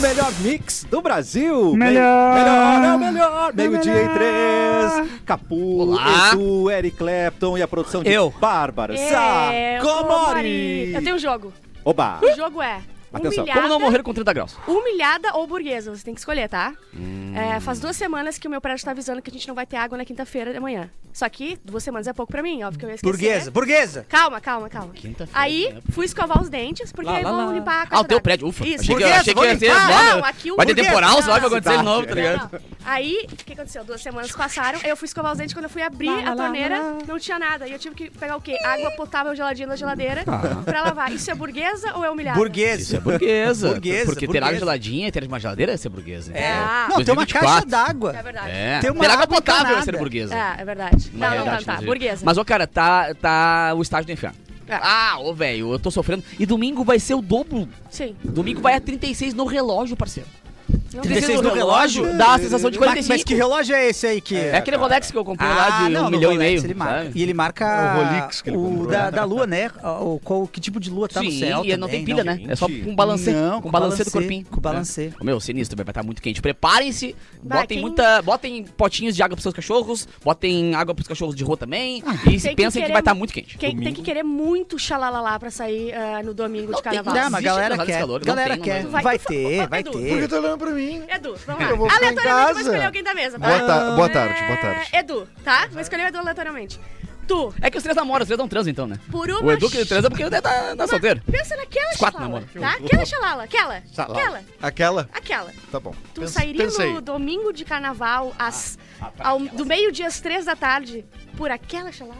melhor mix do Brasil. Melhor. Meio- melhor, é o melhor. Meio-dia e três. Capu, Olá. Edu, Eric Clapton e a produção de Eu. Bárbara É, Sacomori. Eu tenho um jogo. Oba. O jogo é Atenção. humilhada, Como não morrer com 30 graus? humilhada ou burguesa. Você tem que escolher, tá? Hum. É, faz duas semanas que o meu prédio tá avisando que a gente não vai ter água na quinta-feira de manhã. Só que duas semanas é pouco pra mim, óbvio que eu ia esquecer. Burguesa, burguesa. Calma, calma, calma. Quinta-feira, Aí né? fui escovar os dentes, porque Lá, aí lá, vão lá. limpar a caixa Ah, o teu d'água. prédio, ufa. Isso. Achei que, Burguesa, achei que vou ia ser limpar. moda. Não, aqui o Vai ter burguesa. temporal, sei lá o que vai acontecer de Cidade. novo, tá ligado? Não. Aí, o que aconteceu? Duas semanas passaram, eu fui escovar os dentes, quando eu fui abrir a torneira, não tinha nada. E eu tive que pegar o quê? Água potável geladinha da geladeira Ah. pra lavar. Isso é burguesa ou é humilhada? Burguesa. Burguesa. Burguesa, Porque ter burguesa. água geladinha, ter uma geladeira é ser burguesa. né? É. Ah. Não, tem uma 2024. caixa É d'água. verdade. É. Tem uma Ter água água potável é encanada. ser burguesa. É, é verdade. Uma não, não, realidade, não, tá. inclusive. Burguesa. Mas, ó, cara, tá, tá o estágio do inferno. É. Ah, ô, velho, eu tô sofrendo. E domingo vai ser o dobro. Sim. Domingo vai a 36 no relógio, parceiro. Não 36 no relógio? Dá a sensação de Mas, 45. mas que relógio é esse aí que... É aquele Rolex que eu comprei lá Ah, de não, um no milhão Rolex e meio. Ele marca, sabe? e ele marca É o Rolex que ele o comprou. da, da lua, né? O, qual, que tipo de lua tá no Sim, céu e não tem também, pilha, né? É só gente? com um balancê. Não, com um balancê do corpinho. Com balancê. É. Meu, sinistro, vai estar muito quente. Preparem-se, Vai, botem quem- muita. Botem potinhos de água pros seus cachorros, botem água pros cachorros de rua também. e se pensem Tem que, querer vai estar mu- muito quente. Quem tem que querer muito xalalalá pra sair ah, no domingo de tem- carnaval. Não, mas É. existe a galera Rolex quer. calor, não galera tem, não né? quer. tem. Vai, Vai, ter, vai Edu. Por que ter. tá olhando pra mim? Edu, vamos lá. Eu vou ficar em aleatoriamente vou casa. escolher alguém da mesa, tá? Boa, ta- boa tarde, boa É, tarde. Edu, tá? Vou escolher o Edu aleatoriamente. Tu, É que os três namoram, os três não transam então, né? por uma... O Edu que ch- ele transa porque ele tá, tá uma- solteiro. Pensa naquela Quatro xalala, namoram. tá? Aquela xalala, aquela, Xalala. aquela, Aquela? aquela. Tá bom. Tu Pense- sairia pensei. no domingo de carnaval às, ao- do meio-dia às três da tarde por aquela xalala?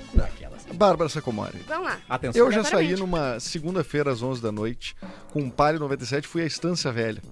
Bárbara Sacomori. Vamos lá. Atenção. Eu já Aleatoriamente. saí numa segunda-feira às 11 da noite com um Palio 97 fui à Estância Velha.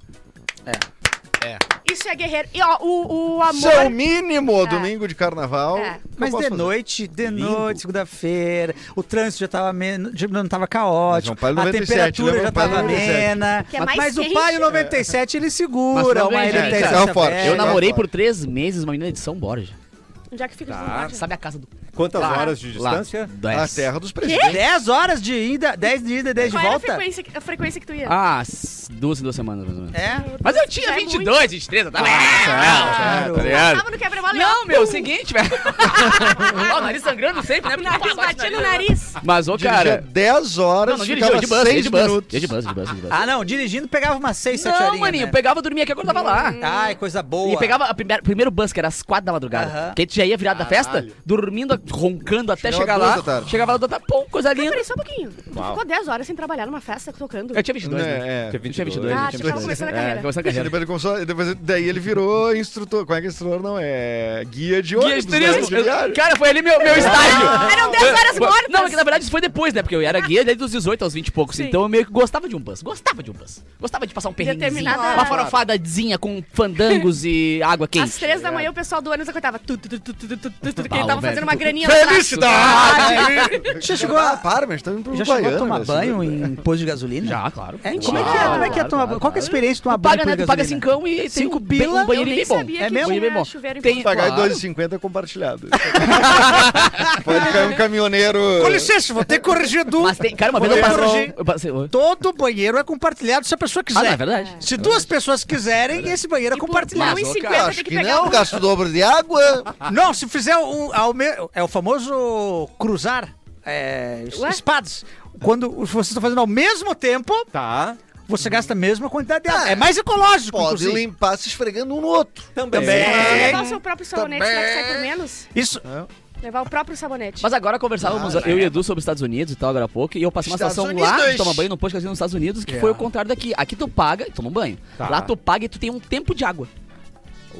Isso é guerreiro. E ó, o, o amor... Isso é o mínimo É. domingo de carnaval. É. que eu Mas posso de fazer. noite, de Lindo. noite, segunda-feira, o trânsito já tava menos, já não tava caótico, Mas é um Palio a 97, temperatura lembra? já Um Palio tava 97. amena. Que é mas mais mas o quente. Palio 97 ele segura, Mas não uma ganha, ele gente. tem Carro forte. Eu É, namorei claro. por três meses uma menina de São Borja. Ah, Onde é que fica o Tá. desvantagem? Sabe a casa do. Quantas Lá, horas de lá, Ah, distância? A dez. terra dos presidentes. 10 horas de ida, 10 de ida e 10 de Qual era a volta. frequência, que- a frequência que tu ia? Ah, s- duas em duas semanas, mais ou menos. É? Mas eu tinha Já é Ah, 22, 23, eu tava. Claro. Ah, Tá ligado? Tava no quebra-mola e Não, ó, meu, é pum, tá seguinte, velho. Ó, o nariz sangrando sempre, né? O Porque nariz, passa bati no nariz. Mas, ô, Dirigia cara. 10 Não, horas, não dirigiu, ficava de bus, ia 6 de bus. minutos. Ia de bus, é de bus, de bus. Ah, não, dirigindo pegava umas 6, é 7 horinhas. Não, maninho, né? pegava, dormia aqui, acordava lá. Ai, coisa boa. E pegava o primeiro, primeiro bus, que era às quatro da madrugada. Aham. Que a gente já ia virar da festa, Caralho. dormindo, roncando até Chegava chegar duas lá. da tarde. Chegava lá do tarde, pô, coisa linda. Peraí, só um pouquinho. Tu Uau. ficou 10 horas sem trabalhar numa festa tocando. Eu tinha 22, né? Né, é. Tinha Eu tinha 22, Ah, eu tinha tu tava 22. começando a É, carreira. começando a Ele, carreira. ele começou, ele- depois- daí ele virou instrutor. Como é que é instrutor? Não, é guia de Ah, Guia ônibus. de né? turismo. Eu- Auxiliar. Cara, foi ali meu, meu estágio. eram 10 horas Eu- mortas. Ah. Não, é que na verdade isso foi depois, né? Porque eu era guia desde os 18 aos 20 e poucos. Sim. Então eu meio que gostava de um bus. Gostava de um bus. Gostava de passar um perrenguezinho. Determinada- Uma farofadazinha com fandangos e água quente. Às três da manhã o pessoal do ônibus acordava. Tu, tu, tu, tu, tu, tu, tu, tu, tu, que ele Bom, tava velho. é fazendo uma graninha lá atrás. Felicidade! Já chegou a- Ah, para, mas estamos indo pro Já chegou a Baiano, tomar né? banho em posto de gasolina? Já, claro. É, Claro, como é que é? Como é que é claro, tomar claro, banho? Qual que é a claro. experiência de tomar Tu banho paga, em né? posto de Tu paga gasolina? cincão e tem Cinco um ba- pila? um banheirinho Eu bem nem bom. sabia É que mesmo? tinha Banheiro bem bom. chuveiro em Tem- casa. Pagar Claro. 2,50 compartilhado. Pode cair um caminhoneiro. Com licença, vou ter que corrigir do. Mas tem, cara, uma vez eu Vou passei... corrigir. Eu passei ah, Todo banheiro é compartilhado se a pessoa não, é quiser. verdade. se duas pessoas quiserem, esse banheiro E é por compartilhado. Mas, ô, 1,50 cara, tem que que pegar não, um- gasto o dobro de água. Não, se fizer o. ao me- É o famoso cruzar é, es- Ué? espadas. Quando vocês estão fazendo ao mesmo tempo, Tá. você gasta a mesma quantidade de água. É mais ecológico, Pode inclusive. limpar se esfregando um no outro. Também. Você É. levar o seu próprio sabonete, será que sai por menos? Isso. Levar o próprio sabonete. Mas agora conversávamos, eu e Edu, sobre os Estados Unidos e tal, agora há pouco, e eu passei uma Estados situação Unidos. lá de tomar banho no posto de gasolina nos Estados Unidos, que foi o contrário daqui. Aqui tu paga e toma um banho. Tá. Lá tu paga e tu tem um tempo de água.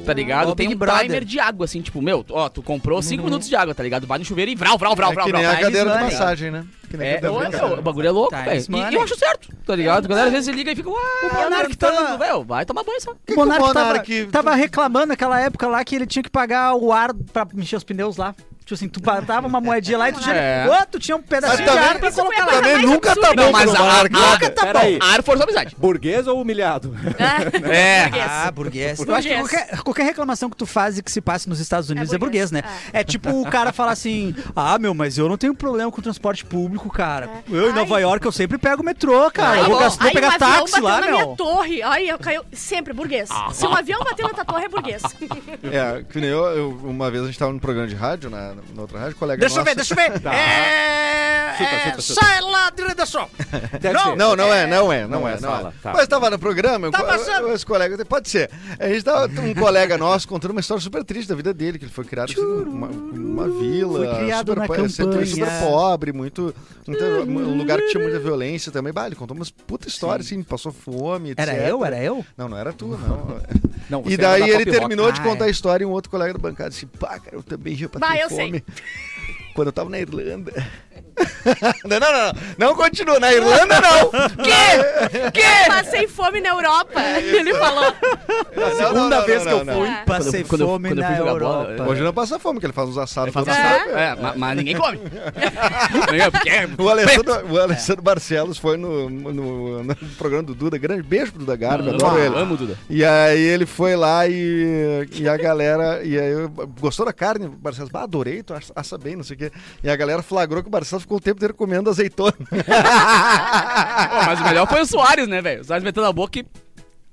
Tá ligado? Ó, tem Big um Brother. timer de água, assim, tipo, meu, ó, tu comprou 5 minutos de água, tá ligado? Vai no chuveiro e vral, vral, vral, É vral, que vral. nem a vral. cadeira de Islândia. massagem, né? Que nem a É, cadeira de ô, massagem. meu, o bagulho é louco, Times velho. E- E money. eu acho certo, tá ligado? A galera às vezes liga e fica, uau, O Monark tá- tá... velho, vai tomar banho só. O Monark, o Monark- tava, tava reclamando naquela época lá que ele tinha que pagar o ar pra mexer os pneus lá. Tipo assim, tu batava uma moedinha lá e tu tinha. É. Ô, tu tinha um pedacinho de também- ar pra Isso foi colocar a lá. coisa Também mais nunca tá absurda. bom Não, mas pro a- monarca, a- cara. Nunca tá Pera bom. aí. Ar forçou amizade. Burguês ou humilhado? É. burguês. Ah, burguês. Eu acho Burguês. que qualquer, qualquer reclamação que tu faz e que se passe nos Estados Unidos é burguês, burguês, né? É. tipo o cara falar assim: ah, meu, mas eu não tenho problema com transporte público, cara. É. Eu em Ai. Nova York eu sempre pego metrô, cara. Aí, ah, eu vou, ó, gastar- vou aí um pegar avião táxi bateu lá, na minha meu. torre. Aí eu caiu. Sempre, burguês. Se um avião bateu na tua torre, é burguês. É, que nem eu, eu- uma vez a gente tava num programa de rádio, na, na outra rádio, colega Deixa eu nossa- ver, deixa eu ver. Tá. É. Chuta, é, chuta, chuta. Sai lá, direita só. Deve Não, ser. Não, não é, não é, não, Não é, é, não fala, é. tá. Mas tava no programa, Tá eu- passando. eu- os colegas, pode ser. A gente tava, um colega nosso contando uma história super triste da vida dele, que ele foi criado assim, numa, numa vila, Foi criado super, na po- sempre super campanha. pobre, muito, muito- um lugar que tinha muita violência também. Bah, ele contou umas puta história assim, passou fome, etc. Era eu? Era eu? Não, não era tu, não. Não, você E é da daí Pop ele Rock. terminou de Ah, contar é. a história e um outro colega do bancada disse: Pá, cara, eu também já Bah, passei eu sei. fome. Quando eu tava na Irlanda. não, não, não, não. Não continua. Na Irlanda, não. que? Que? Passei fome na Europa. Ele falou. segunda vez que eu fui. É. Passei Quando eu- fome quando eu na fui jogar bola, Europa. Hoje não passa fome, que ele faz uns assados. Faz todo assado. dia. é, é, ma- mas ninguém come. Ninguém, porque é- O Alessandro, o Alessandro Barcelos foi no, no- no programa do Duda. Grande beijo pro Duda Garbi, adoro ele. Amo, Duda. E aí ele foi lá e, e a galera. E aí eu- gostou da carne, Barcelos? Ah, adorei, tu assa, assa bem, não sei o quê. E a galera flagrou que o Barcelos ficou o tempo inteiro comendo azeitona. Ah, Pô, mas o melhor foi o Soares, né, velho? O Soares metendo a boca e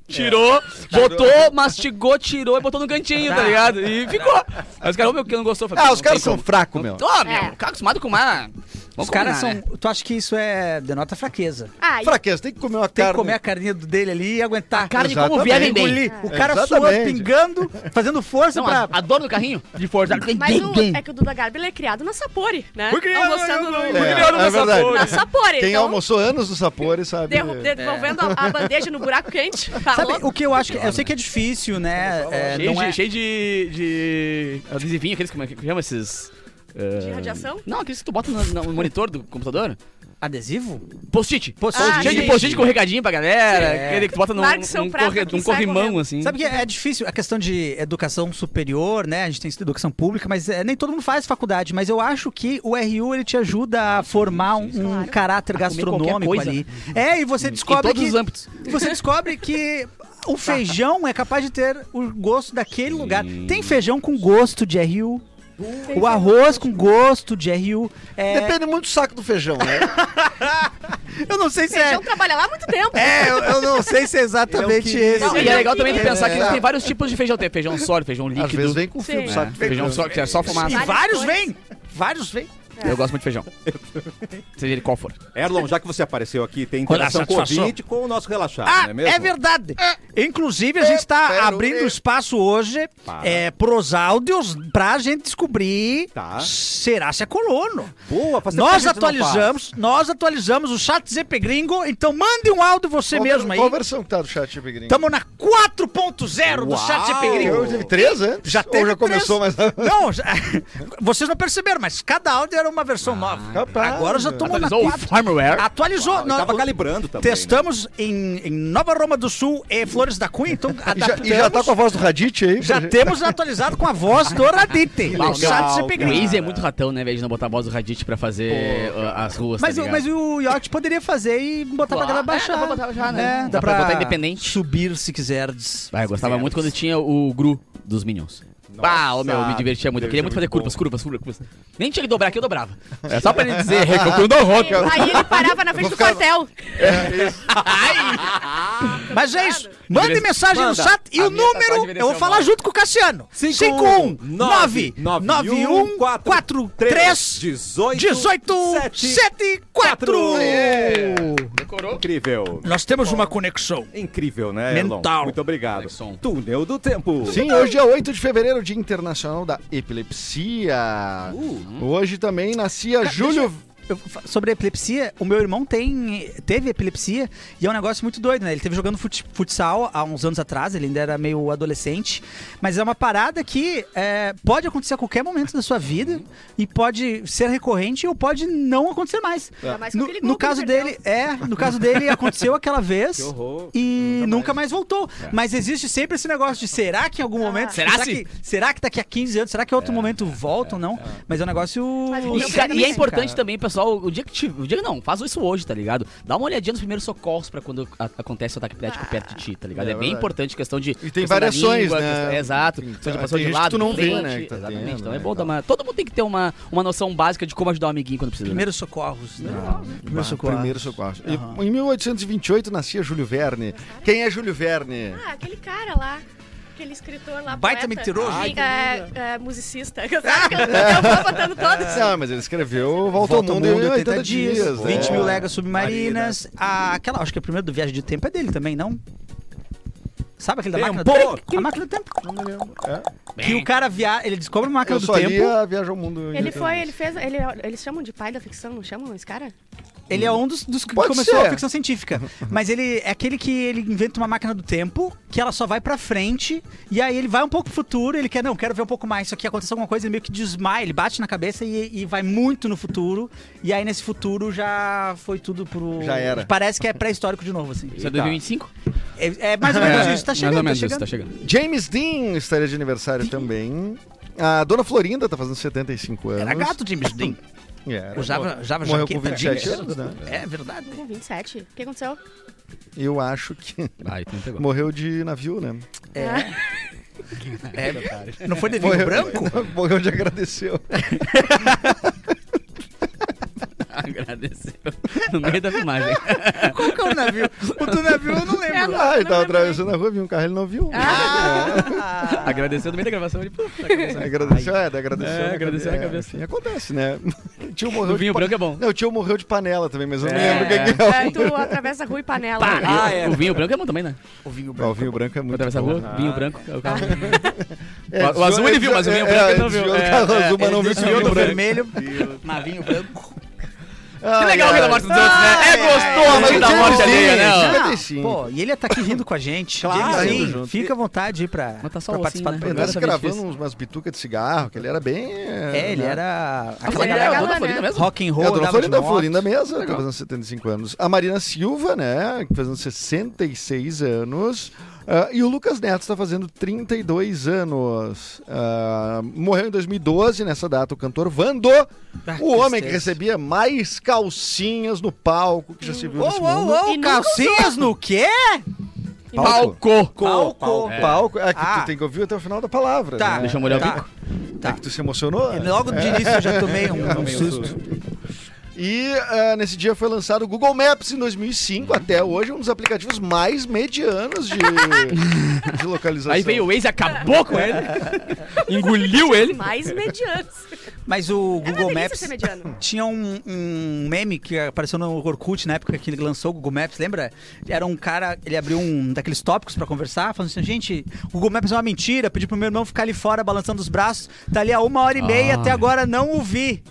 tirou, botou, mastigou, tirou e botou no cantinho, tá ligado? E ficou. Aí os caras, ô, meu, que não gostou. eu falei, Ah, "Não os caras tem são como." fracos, meu. Ó, meu, É. o cara acostumado com uma... Vamos Os caras são. combinar, né? Tu acha que isso é. denota fraqueza? Ai, Fraqueza, tem que comer uma Tem carne. que comer a carninha do- dele ali e aguentar. Carne como Exatamente. vier, vem bem. engolir. O cara suando, Exatamente. pingando, fazendo força Não, pra. a, a dona do carrinho, de força. mas o, é que o Duda Garbi ele é criado na Sapori, né? Fui criado, Almoçando eu- no, eu- É, Juliano é Massafori. verdade. né? na Sapori. Quem então, almoçou anos do Sapori sabe. derru- devolvendo a, a bandeja no buraco quente. Sabe Falou. o que eu acho que. Eu sei que é difícil, né? É, cheio, não de, é... cheio de. de. adesivinho, aqueles como é que que chama esses. eh, De radiação? Não, aqueles que tu bota no, no monitor do computador. Adesivo? Post-it. Post-it. Ah, cheio de sim. post-it corregadinho pra galera. Sim. Aquele que tu bota num, Largue seu num prato corre- aqui, num sai corrimão, correndo. assim. Sabe que é é difícil a questão de educação superior, né? A gente tem essa educação pública, mas é, nem todo mundo faz faculdade. Mas eu acho que o RU ele te ajuda a formar um, um claro. caráter comer qualquer gastronômico coisa. ali. É, e você em descobre todos os que âmbitos. você descobre que o feijão é capaz de ter o gosto daquele lugar. Tem feijão com gosto de RU. O arroz com gosto de RU. É, Depende muito do saco do feijão, né? eu não sei se é. Feijão trabalha lá há muito tempo. É, eu, eu não sei se é exatamente esse. Não, e é legal também de pensar que É. tem vários tipos de feijão. Tem feijão sólido, feijão líquido. Às vezes vem com fio do Sim. saco do feijão. Feijão só, que é só E fumaça. Várias vários coisas. vêm. Vários vêm. É. Eu gosto muito de feijão. Seja ele qual for. Erlon, já que você apareceu aqui, tem interação com o satisfação. ouvinte com o nosso relaxado, Ah, não é mesmo? é verdade. Inclusive, a gente está Espero abrindo eu. espaço hoje Para. é, pros áudios pra gente descobrir Tá. será se é colono. Boa, faz tempo que a Nós gente não atualizamos, nós atualizamos o chat ZP Gringo, então mande um áudio você Qual- mesmo aí. Qual versão que tá do chat, Pegrinho? Estamos na 4.0 do chat ZP Eu Gringo. tive três antes? Já teve Ou já começou, três. mas... Não, já- vocês não perceberam, mas cada áudio era uma Ah, versão nova. Rapaz. Agora já estamos na Ah, Atualizou o 4. firmware. Atualizou. Uau, e Nós- tava calibrando também. né? Testamos em, em Nova Roma do Sul e Flores da Cunha, então E já, adaptamos. e já tá com a voz do Radit aí? Já pra gente? temos atualizado com a voz do Radite. legal, O chat se O pegou. Easy é muito ratão, né, velho? De não botar a voz do Radit pra fazer uh, as ruas. Mas, tá o- ligado? mas o Yacht poderia fazer e botar Claro, pra é, galera baixar. dá pra botar baixar, né? É, dá, Dá pra pra, botar independente. Subir se quiseres. Vai, eu gostava muito quando tinha o Gru dos Minions. Nossa, ah, ô, meu, me divertia muito. Eu queria deve ser muito fazer muito bom. curvas, curvas, curvas, curvas. Nem tinha que dobrar aqui, eu dobrava. É só pra ele dizer, recalculando a rota. Aí ele parava na frente do ficar- quartel. É, isso. Mas é isso. Mande Divers- mensagem no Manda. chat e A o minha tá só número de eu vou falar direcional. junto com o Cassiano. 51 9 91 43 18 18 74. Decorou? Incrível. Nós temos uma conexão. Incrível, né, Mental. Elon? Muito obrigado. Conexão. Túnel do Tempo. Sim, hoje é 8 de fevereiro, Dia Internacional da Epilepsia. Uh. Hoje também nascia Júlio... Uhum. eu fa- sobre a epilepsia, o meu irmão tem, teve epilepsia e é um negócio muito doido, né? Ele teve jogando fut- futsal há uns anos atrás, ele ainda era meio adolescente, mas é uma parada que é, pode acontecer a qualquer momento da sua vida e pode ser recorrente ou pode não acontecer mais. Ainda mais com No, aquele no gol que caso ele perdeu. dele, é, no caso dele aconteceu aquela vez Que horror. e nunca mais É. voltou. Mas existe sempre esse negócio de será que em Ah. algum momento. Será se- que, será que daqui a 15 anos, será que em outro momento volta ou não? Mas é um negócio. Mas E, Eu cara, sei e é disso, importante também, pessoal, o dia que te, o dia que não, faz isso hoje, tá ligado? Dá uma olhadinha nos primeiros socorros pra quando a- acontece o ataque epilético Ah. perto de ti, tá ligado? É É, bem verdade. importante questão de E tem questão variações, da língua, né? questão- é, exato. Tem- Questão de tem passou de gente que lado, tu não de vê, frente, né, que tá exatamente. tendo, então é né, bom e dar tal. uma, todo mundo tem que ter uma, uma noção básica de como ajudar um amiguinho quando precisa. né? Primeiros socorros. né? Bah, Primeiros socorros. Primeiro socorro. E, Aham. Em 1828 nascia Júlio Verne. Quem é Júlio Verne? Ah, aquele cara lá. Aquele escritor lá. Baita poeta, mentiroso. que, Ai, é, é, musicista. Eu, sabe que eu, eu vou botando todos. Ah. Não, Ah, mas ele escreveu Volta ao Mundo em 80 dias. 20 né? mil legas submarinas. a- aquela, acho que a primeira do Viagem de Tempo é dele também, não? Sabe aquele da máquina do Tempo! tempo? A máquina do tempo. Não me lembro. É. um Que o cara via, ele descobre uma máquina Eu do só tempo. lia Viaja ao Mundo. em Ele 80 foi, dias. ele fez. Ele, eles chamam de pai da ficção, não chamam esse cara? Ele é um dos, dos que Pode começou ser. a ficção científica. Mas ele é aquele que ele inventa uma máquina do tempo, que ela só vai pra frente, e aí ele vai um pouco pro futuro, ele quer, não, quero ver um pouco mais, isso aqui aconteceu alguma coisa, ele meio que desmaia, ele bate na cabeça e, e vai muito no futuro, e aí nesse futuro já foi tudo pro... Já era. Parece que é pré-histórico de novo, assim. Isso Tá. é 2025? É, é mais ou menos isso, tá chegando, Mais ou menos tá isso, chegando. tá chegando. James Dean estaria de aniversário também. A Dona Florinda tá fazendo 75 anos. É, Era gato, James Dean. Era. Usava, usava Morreu jaqueta com 27 jeans. anos, né? É verdade. Com 27. O que aconteceu? Eu acho que Vai, então pegou. morreu de navio, né? É, não foi devido branco? morreu de agradeceu. Agradeceu. No meio da filmagem. Qual que é o navio? O do navio eu não lembro. Ah, ele tava lembro atravessando a rua, viu um carro, ele não viu. Ah. Agradeceu no meio da gravação. Ele... tá puf, agradeceu. Agradeceu, é, agradeceu. É, na agradeceu cabe- na é, cabeça. enfim, acontece, né? O tio morreu No de vinho pa- branco é bom. Não, o tio morreu de panela também, mas eu não É. lembro o que que é. É, tu atravessa rua e panela. Pá, Ah, eu- é. O vinho branco é bom também, né? O vinho Ah, o vinho branco é muito Atravessa a bom. rua, vinho branco. é o carro. É, O desviou- azul ele viu, mas o vinho é, branco é, ele não viu. desviou do É, carro é, azul, mas não viu o Desviou vinho do branco. vermelho, navinho branco. Que legal rir da morte dos outros, né? É Ah, gostoso mas rir da James morte Dean, alheia, né? James- ó. 55. Pô, e ele tá aqui rindo com a gente. Claro. James Rindo Dean, junto. Fica à vontade aí pra, Mas tá só pra o participar do ossinho, né? programa. Nós Exatamente gravando isso. uns- umas bitucas de cigarro, que ele era bem. né? É, ele era... Mas Aquela ele é galera a era dona do galã, Florinda né? mesmo? rock and roll, É, a dona andava de Florinda, moto. Florinda mesa, tá fazendo 75 anos. A Marina Silva, né, que fazendo 66 anos. Ah, e o Lucas Neto está fazendo 32 anos. Ah, morreu em 2012, nessa data, o cantor Vando, Ah, o homem que tristeza. recebia mais calcinhas no palco que já se viu Ô, nesse mundo. ô, E ô, nunca calcinhas no quê? Palco. Palco. Palco. Palco. É que Ah. tu tem que ouvir até o final da palavra. Tá. né? É. Deixa eu molhar Tá. o bico. Tá. É que tu se emocionou? Logo de início eu já tomei um, um tomei um susto. E ah, nesse dia foi lançado o Google Maps em 2005, até hoje um dos aplicativos mais medianos de, de localização. Aí veio o Waze, acabou com ele. Engoliu ele. Ah, Mais medianos. Mas o É uma Google delícia Maps... ser mediano. Tinha um, um meme que apareceu no Orkut na época que ele lançou o Google Maps, lembra? Era um cara, ele abriu um daqueles tópicos pra conversar, falando assim: gente, o Google Maps é uma mentira, pedi pro meu irmão ficar ali fora balançando os braços, tá ali há uma hora e meia, Ah. até agora não o vi.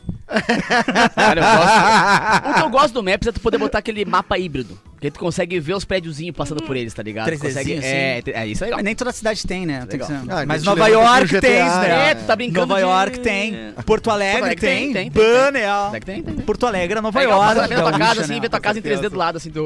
Cara, eu gosto. O que eu gosto do Maps é tu poder botar aquele mapa híbrido. Porque tu consegue ver os prédiozinhos passando por eles, tá ligado? 3Dzinho, Consegue... assim. É, é, isso é legal. Mas nem toda cidade tem, né? Tem que Legal. ser- Ah, Mas ele te Nova leva pro York GTA, tem, isso, né? É, tu tá brincando Nova de- York tem, Porto Alegre Porto Alegre tem, tem, tem, tem. Banel. Será que tem? Tem, tem. Porto Alegre, é Nova É legal, York. passa na frente da tua gaúcha, casa, assim, né? vê tua casa em 3D certeza. do lado, assim, do...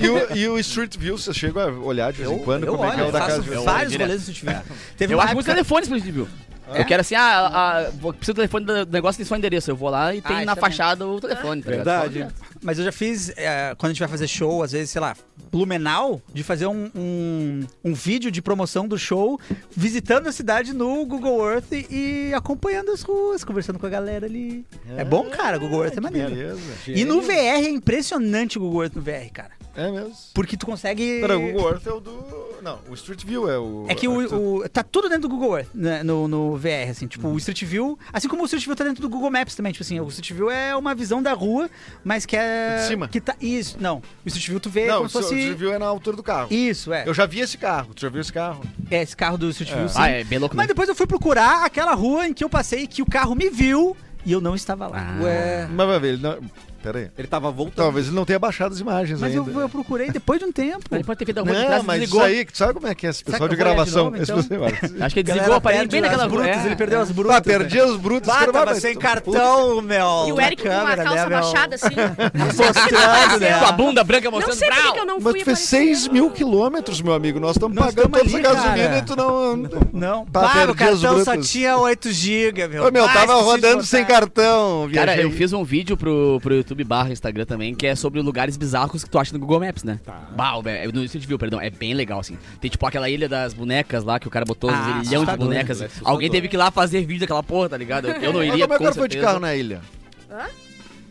E o, e o Street View, você chega a olhar de vez em quando Eu como é que é olho, o da faço casa de vocês? vários direto. rolês se eu tiver. Teve Eu uma acho muitos época- telefones pra gente, viu? Eu quero assim, ah, ah, vou- preciso do telefone do negócio, tem só o endereço. Eu vou lá e tem Ah, isso na também. fachada o telefone, tá ligado? Verdade. Só- Mas eu já fiz, é, quando a gente vai fazer show, às vezes, sei lá, Blumenau, de fazer um, um, um vídeo de promoção do show, visitando a cidade no Google Earth e, e acompanhando as ruas, conversando com a galera ali. É, bom, cara, Google Ah, Earth é maneiro. Beleza. E no VR é impressionante o Google Earth no VR, cara. É mesmo. Porque tu consegue. Pera, o Google Earth é o do... Não, o Street View é o... É que o, o- tá tudo dentro do Google Earth, né, no, no VR, assim, tipo, Uhum. o Street View, assim como o Street View tá dentro do Google Maps também, tipo assim, o Street View é uma visão da rua, mas que é... De cima. Que tá, isso, não, o Street View tu vê Não, como o se fosse... Street View é na altura do carro. Isso, é. Eu Ah, já vi esse carro, tu já viu esse carro? É, é. esse carro do Street View, sim. Ah, é bem louco, né? Mas depois eu fui procurar aquela rua em que eu passei que o carro me viu e eu não estava Ah, lá. Ué. Mas vai ver, ele não... Pera aí. Ele tava voltando. Talvez ele não tenha baixado as imagens Mas eu, ainda. eu procurei depois de um tempo. Ele pode ter feito a rua de trás Não, e mas desligou. isso aí, sabe como é que é esse pessoal que de eu vou olhar de gravação? novo, Esse então? você vai. Acho que ele Galera, desligou a parede perde né? bem naquela as brutas, é. ele perdeu as brutas. né. Ah, perdi os brutos. Bah, cara, tava mas sem tu- cartão, meu. E o Eric com uma né, calça um- baixada, assim. Mostrando, né? Ah, Com a bunda branca Não mostrando sei por que brau. que eu não fui. Mas tu fez aparecer. 6 mil quilômetros, meu amigo. Nós estamos Nós pagando estamos toda essa ali, gasolina cara. e tu não. Não. Tá, Bah, perdi o cartão as só brutas. tinha 8 GB, meu. Ô, meu, Ah, tava esqueci de rodando botar. sem cartão. Cara, viajei. eu fiz um vídeo pro, pro YouTube barra Instagram também, que é sobre lugares bizarros que tu acha no Google Maps, né? Tá. Bah, velho, no Street View, perdão, é bem legal, assim. Tem tipo aquela ilha das bonecas lá, que o cara botou Ah, um zilhão de assustador, bonecas. né? É assustador. Alguém teve que ir lá fazer vídeo daquela porra, tá ligado? Eu, eu não Mas iria, como com é que o cara foi de certeza. carro na ilha?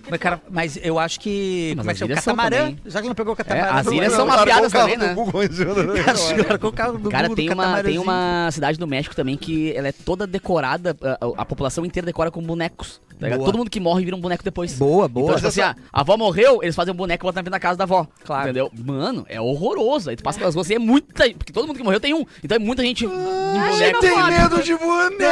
Mas, cara, mas eu acho que. Mas como é que as chama? ilhas são Catamarã. também. Já que não pegou o catamarã. É, as não ilhas é. são umas Largou piadas o carro também, do né? Google em cima da- Acho que largou o carro do Cara, Google tem do uma, tem catamarãzinho. uma cidade no México também que ela é toda decorada, a, a- a população inteira decora com bonecos. tá ligado? Boa. Todo mundo que morre vira um boneco depois. Boa, boa. Então, tipo assim, ah, a avó morreu, eles fazem um boneco e botam na frente da casa da avó. Claro. Entendeu? Mano, é horroroso. Aí tu passa pelas ruas e é muita. Porque todo mundo que morreu tem um. Então é muita gente. Ah, Ele xenofóbico. tem medo de boneco!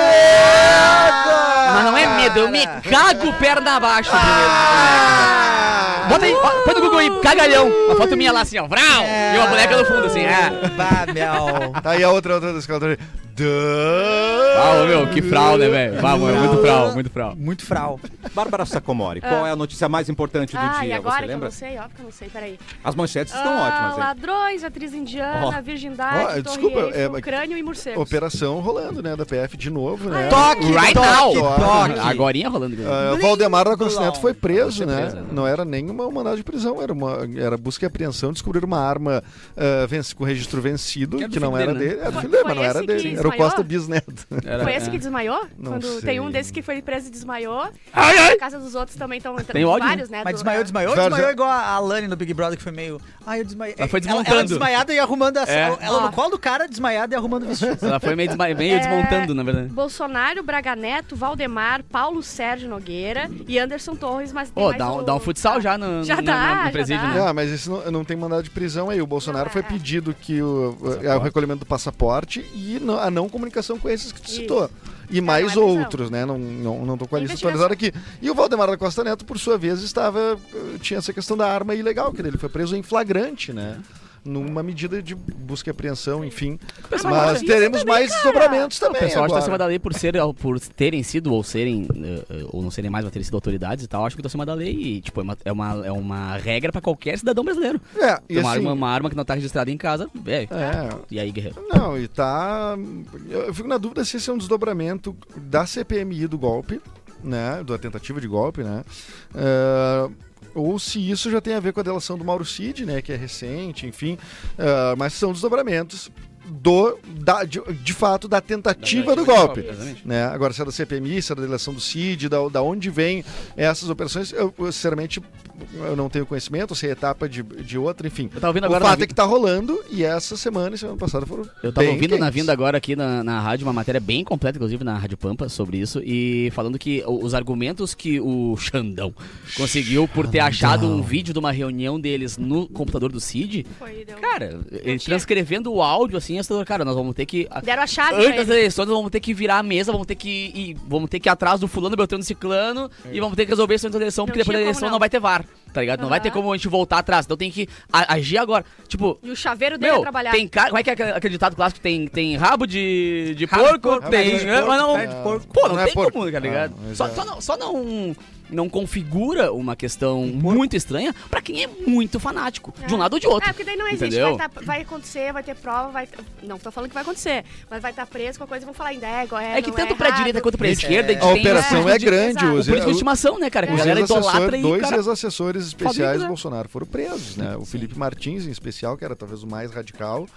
Mas não é medo, eu me cago perna abaixo. Ah! Bota aí, ó, põe no Google aí, cagalhão. Uma foto minha lá assim, ó. Vrau! E uma boneca no fundo, assim, ah. Bah, meu. Tá aí a outra, outra dos caras. Ah, Ah, ô, meu, que frau, né, velho? Vamos, é muito frau, muito frau. Muito fral. Bárbara Sacomori, qual é a notícia mais importante do Ah, e dia? Ah. agora Você que eu lembra? não sei, óbvio que eu não sei, peraí. As manchetes estão Ah, ótimas, hein? Ladrões, atriz indiana, Ó. virgindade, Ó, torre desculpa, Eiffel, é, mas- crânio e morcego. Operação rolando, né? Da PF de novo, né? Toque, Right toque, now! toque. Agorinha rolando. inclusive. Ah, o Valdemar da Neto foi preso, Foi né? preso, né? Não era nenhuma mandado de prisão, era, uma, era busca e apreensão, descobrir uma arma ah, venci- com registro vencido, Que que, era do não filho era dele, dele. Era do Foi- filho dele, mas foi não era esse que dele. Era o desmaiou? Costa Bisneto. Era- Foi esse que é. desmaiou? Não Quando sei. tem um desses que foi preso e desmaiou. Ai, ai! Na casa dos outros também estão entrando. Tem ódio, vários, né? É Mas do- desmaiou, desmaiou, Vários- desmaiou igual a Alane no Big Brother, que foi meio. Ah, eu desmaiei. Ela foi Ela, desmontando. desmaiada e arrumando a. É. Ela Ó. Ah. no colo do cara, desmaiada e arrumando o vestido. Ela foi meio, desma- meio É. desmontando, na verdade. Bolsonaro, Braga Neto, Valdemar, Paulo Sérgio Nogueira e Anderson Torres, mas tem Ô, mais dá, um, o- dá um futsal já no, Já no- dá, no- no já presídio, dá. né? Ah, mas isso não, não tem mandado de prisão aí. O Bolsonaro Não, foi é. pedido que o, é, o recolhimento do passaporte e não- a não comunicação com esses que tu Isso. citou. não é E mais prisão. outros, né? Não, não, não tô com a lista Investigação. atualizada aqui. E o Valdemar da Costa Neto, por sua vez, estava. eh, tinha essa questão da arma ilegal, que ele foi preso em flagrante, né? Numa medida de busca e apreensão, enfim. pessoal Mas gosta. teremos Isso também, mais cara. desdobramentos O também. pessoal acho que tá acima agora. da lei por, ser, por terem sido, ou serem, eh, eh, ou não serem mais, mas terem sido autoridades e tal, acho que tá acima da lei. E, tipo, é uma, é uma, é uma regra pra qualquer cidadão brasileiro. É, e Tem uma, assim, arma, uma arma que não tá registrada em casa, velho. é, E aí, guerreiro? Não, e tá. Eu fico na dúvida se esse é um desdobramento da CPMI do golpe, né? Da tentativa de golpe, né? Ah, ou se isso já tem a ver com a delação do Mauro Cid, né? Que é recente, enfim. Ah, mas são desdobramentos do, da- de, de fato da tentativa do golpe. Exatamente. Né? Agora, se é da CPMI, se é da delação do CID, da, da onde vem essas operações, eu, eu, sinceramente eu não tenho conhecimento, se é etapa de, de outra, enfim. Eu tava ouvindo O agora. fato na é que tá rolando e essa semana e semana passada foram. Eu tava bem ouvindo na quentes. vinda agora aqui na, na rádio uma matéria bem completa, inclusive na Rádio Pampa, sobre isso, e falando que o- os argumentos que o Xandão conseguiu por ter achado um vídeo de uma reunião deles no computador do Cid, Foi, deu- cara, ele tinha. transcrevendo o áudio assim, assustador, cara, nós vamos ter que. a- Deram a chave né? pra Antes das ele. eleições, nós vamos ter que virar a mesa, vamos ter que ir, vamos ter que ir atrás do fulano, Beltrano, Ciclano e vamos ter que resolver isso antes da eleição, Não porque depois tinha da como eleição não. não. vai ter VAR, tá ligado? Não vai ter Aham. como a gente voltar atrás, então tem que a- agir agora. Tipo, E o chaveiro dele a meu, trabalhar. tem cara. Como é que é aquele aquele ditado clássico? Tem, tem rabo de, de porco, porco, tem. rabo de né, porco, mas não. pé de porco. Pô, não, Não é tem porco. como, tá ligado? Ah, mas só, é. só não. Só não não configura uma questão muito estranha pra quem é muito fanático, de um É. lado ou de outro. É, porque daí não existe. Entendeu? Vai, tá- vai acontecer, vai ter prova, vai. Não tô falando que vai acontecer, mas vai estar preso com a coisa e vão falar ainda, é, é, É que não tanto é pra errado. direita quanto pra Gente, esquerda, é- gente A tem operação é político de- exato. grande, os, O político de os- estimação, né, cara? Que os a galera idolatra ex-assessores- e o dois cara... ex-assessores especiais Fabrício, do né? Bolsonaro foram presos, né? O Felipe Martins, em especial, que era talvez o mais radical,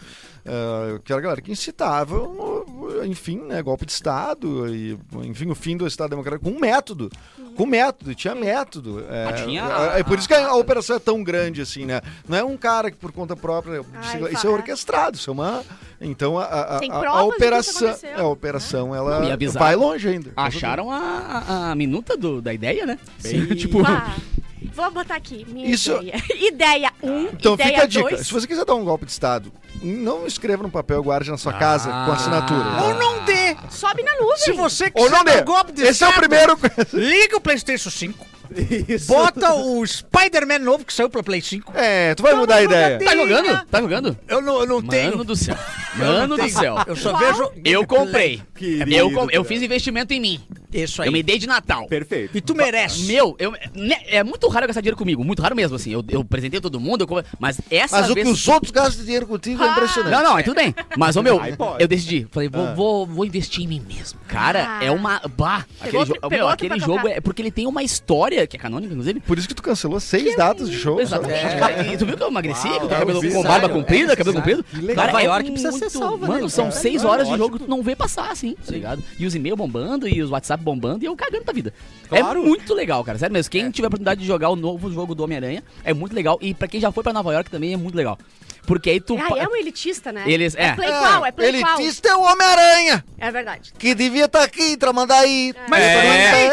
ah, que era a galera que incitava, o- enfim, né, golpe de Estado, e, enfim, o fim do Estado Democrático, com um método. Com método, tinha método. É, Ah, tinha é, é por a- isso que a, operação é tão grande, assim, né? Não é um cara que por conta própria. Ai, se- isso fa- é orquestrado, isso é uma. Então a, a, a- Tem a- a provas de que isso operação. é, aconteceu, A operação, ela Não, e é bizarro. vai longe ainda. Acharam a, a- a minuta do- da ideia, né? Sim. tipo, Ah, Vou botar aqui. Minha Isso- ideia. Ideia 1, um, Então ideia fica a dica. 2. Se você quiser dar um golpe de Estado, não escreva num papel e guarde na sua Ah. casa com Ah. assinatura. Ou não dê. Sobe na nuvem. Se você Ou não quiser dê. dar golpe de Esse é o Estado, primeiro. Liga o PlayStation 5. Isso. Bota o Spider-Man novo que saiu pra Play 5. É, tu vai Não, mudar a mas ideia. joga Tá jogando? Tá jogando? Eu não, eu não Mano tenho. do céu. Mano do céu. Eu só vejo. Eu comprei. Querido Eu, com- eu Deus. fiz investimento em mim. Isso aí. Eu me dei de Natal. Perfeito. E tu merece. Meu, eu, né, é muito raro eu gastar dinheiro comigo. Muito raro mesmo, assim. Eu, eu presentei todo mundo, eu, come- mas essa Mas o vez... que os outros gastam de dinheiro contigo é impressionante. Ah. Não, não, é tudo bem. Mas, ô meu, Aí pode. eu decidi. Falei, vou, vou, vou investir em mim mesmo. Cara, Ah. é uma. Bah! Aquele, outro- jo- ô, meu, pegou outro aquele pra jogo tocar. é porque ele tem uma história, que é canônica, inclusive. Por isso que tu cancelou seis datas de show. Exatamente. Cara, e tu viu que eu emagreci? que eu tô é cabelo, com bizarro, barba é comprida, cabelo comprido. Cara, Nova é York precisa ser salva, né, Mano, são cara? seis Claro, horas de lógico. jogo que tu não vê passar, assim, tá ligado? E os e-mails bombando, e os WhatsApp bombando, e eu cagando pra vida. Claro. É muito legal, cara. Sério mesmo. Quem tiver a oportunidade de jogar o novo jogo do Homem-Aranha, é muito legal. E pra quem já foi pra Nova York também é muito legal. Porque aí tu. Ah, é um elitista, né? Eles- é. é play qual? É play qual? Elitista é o Homem-Aranha, É verdade. que devia estar aqui em Tramandaí. Mas É.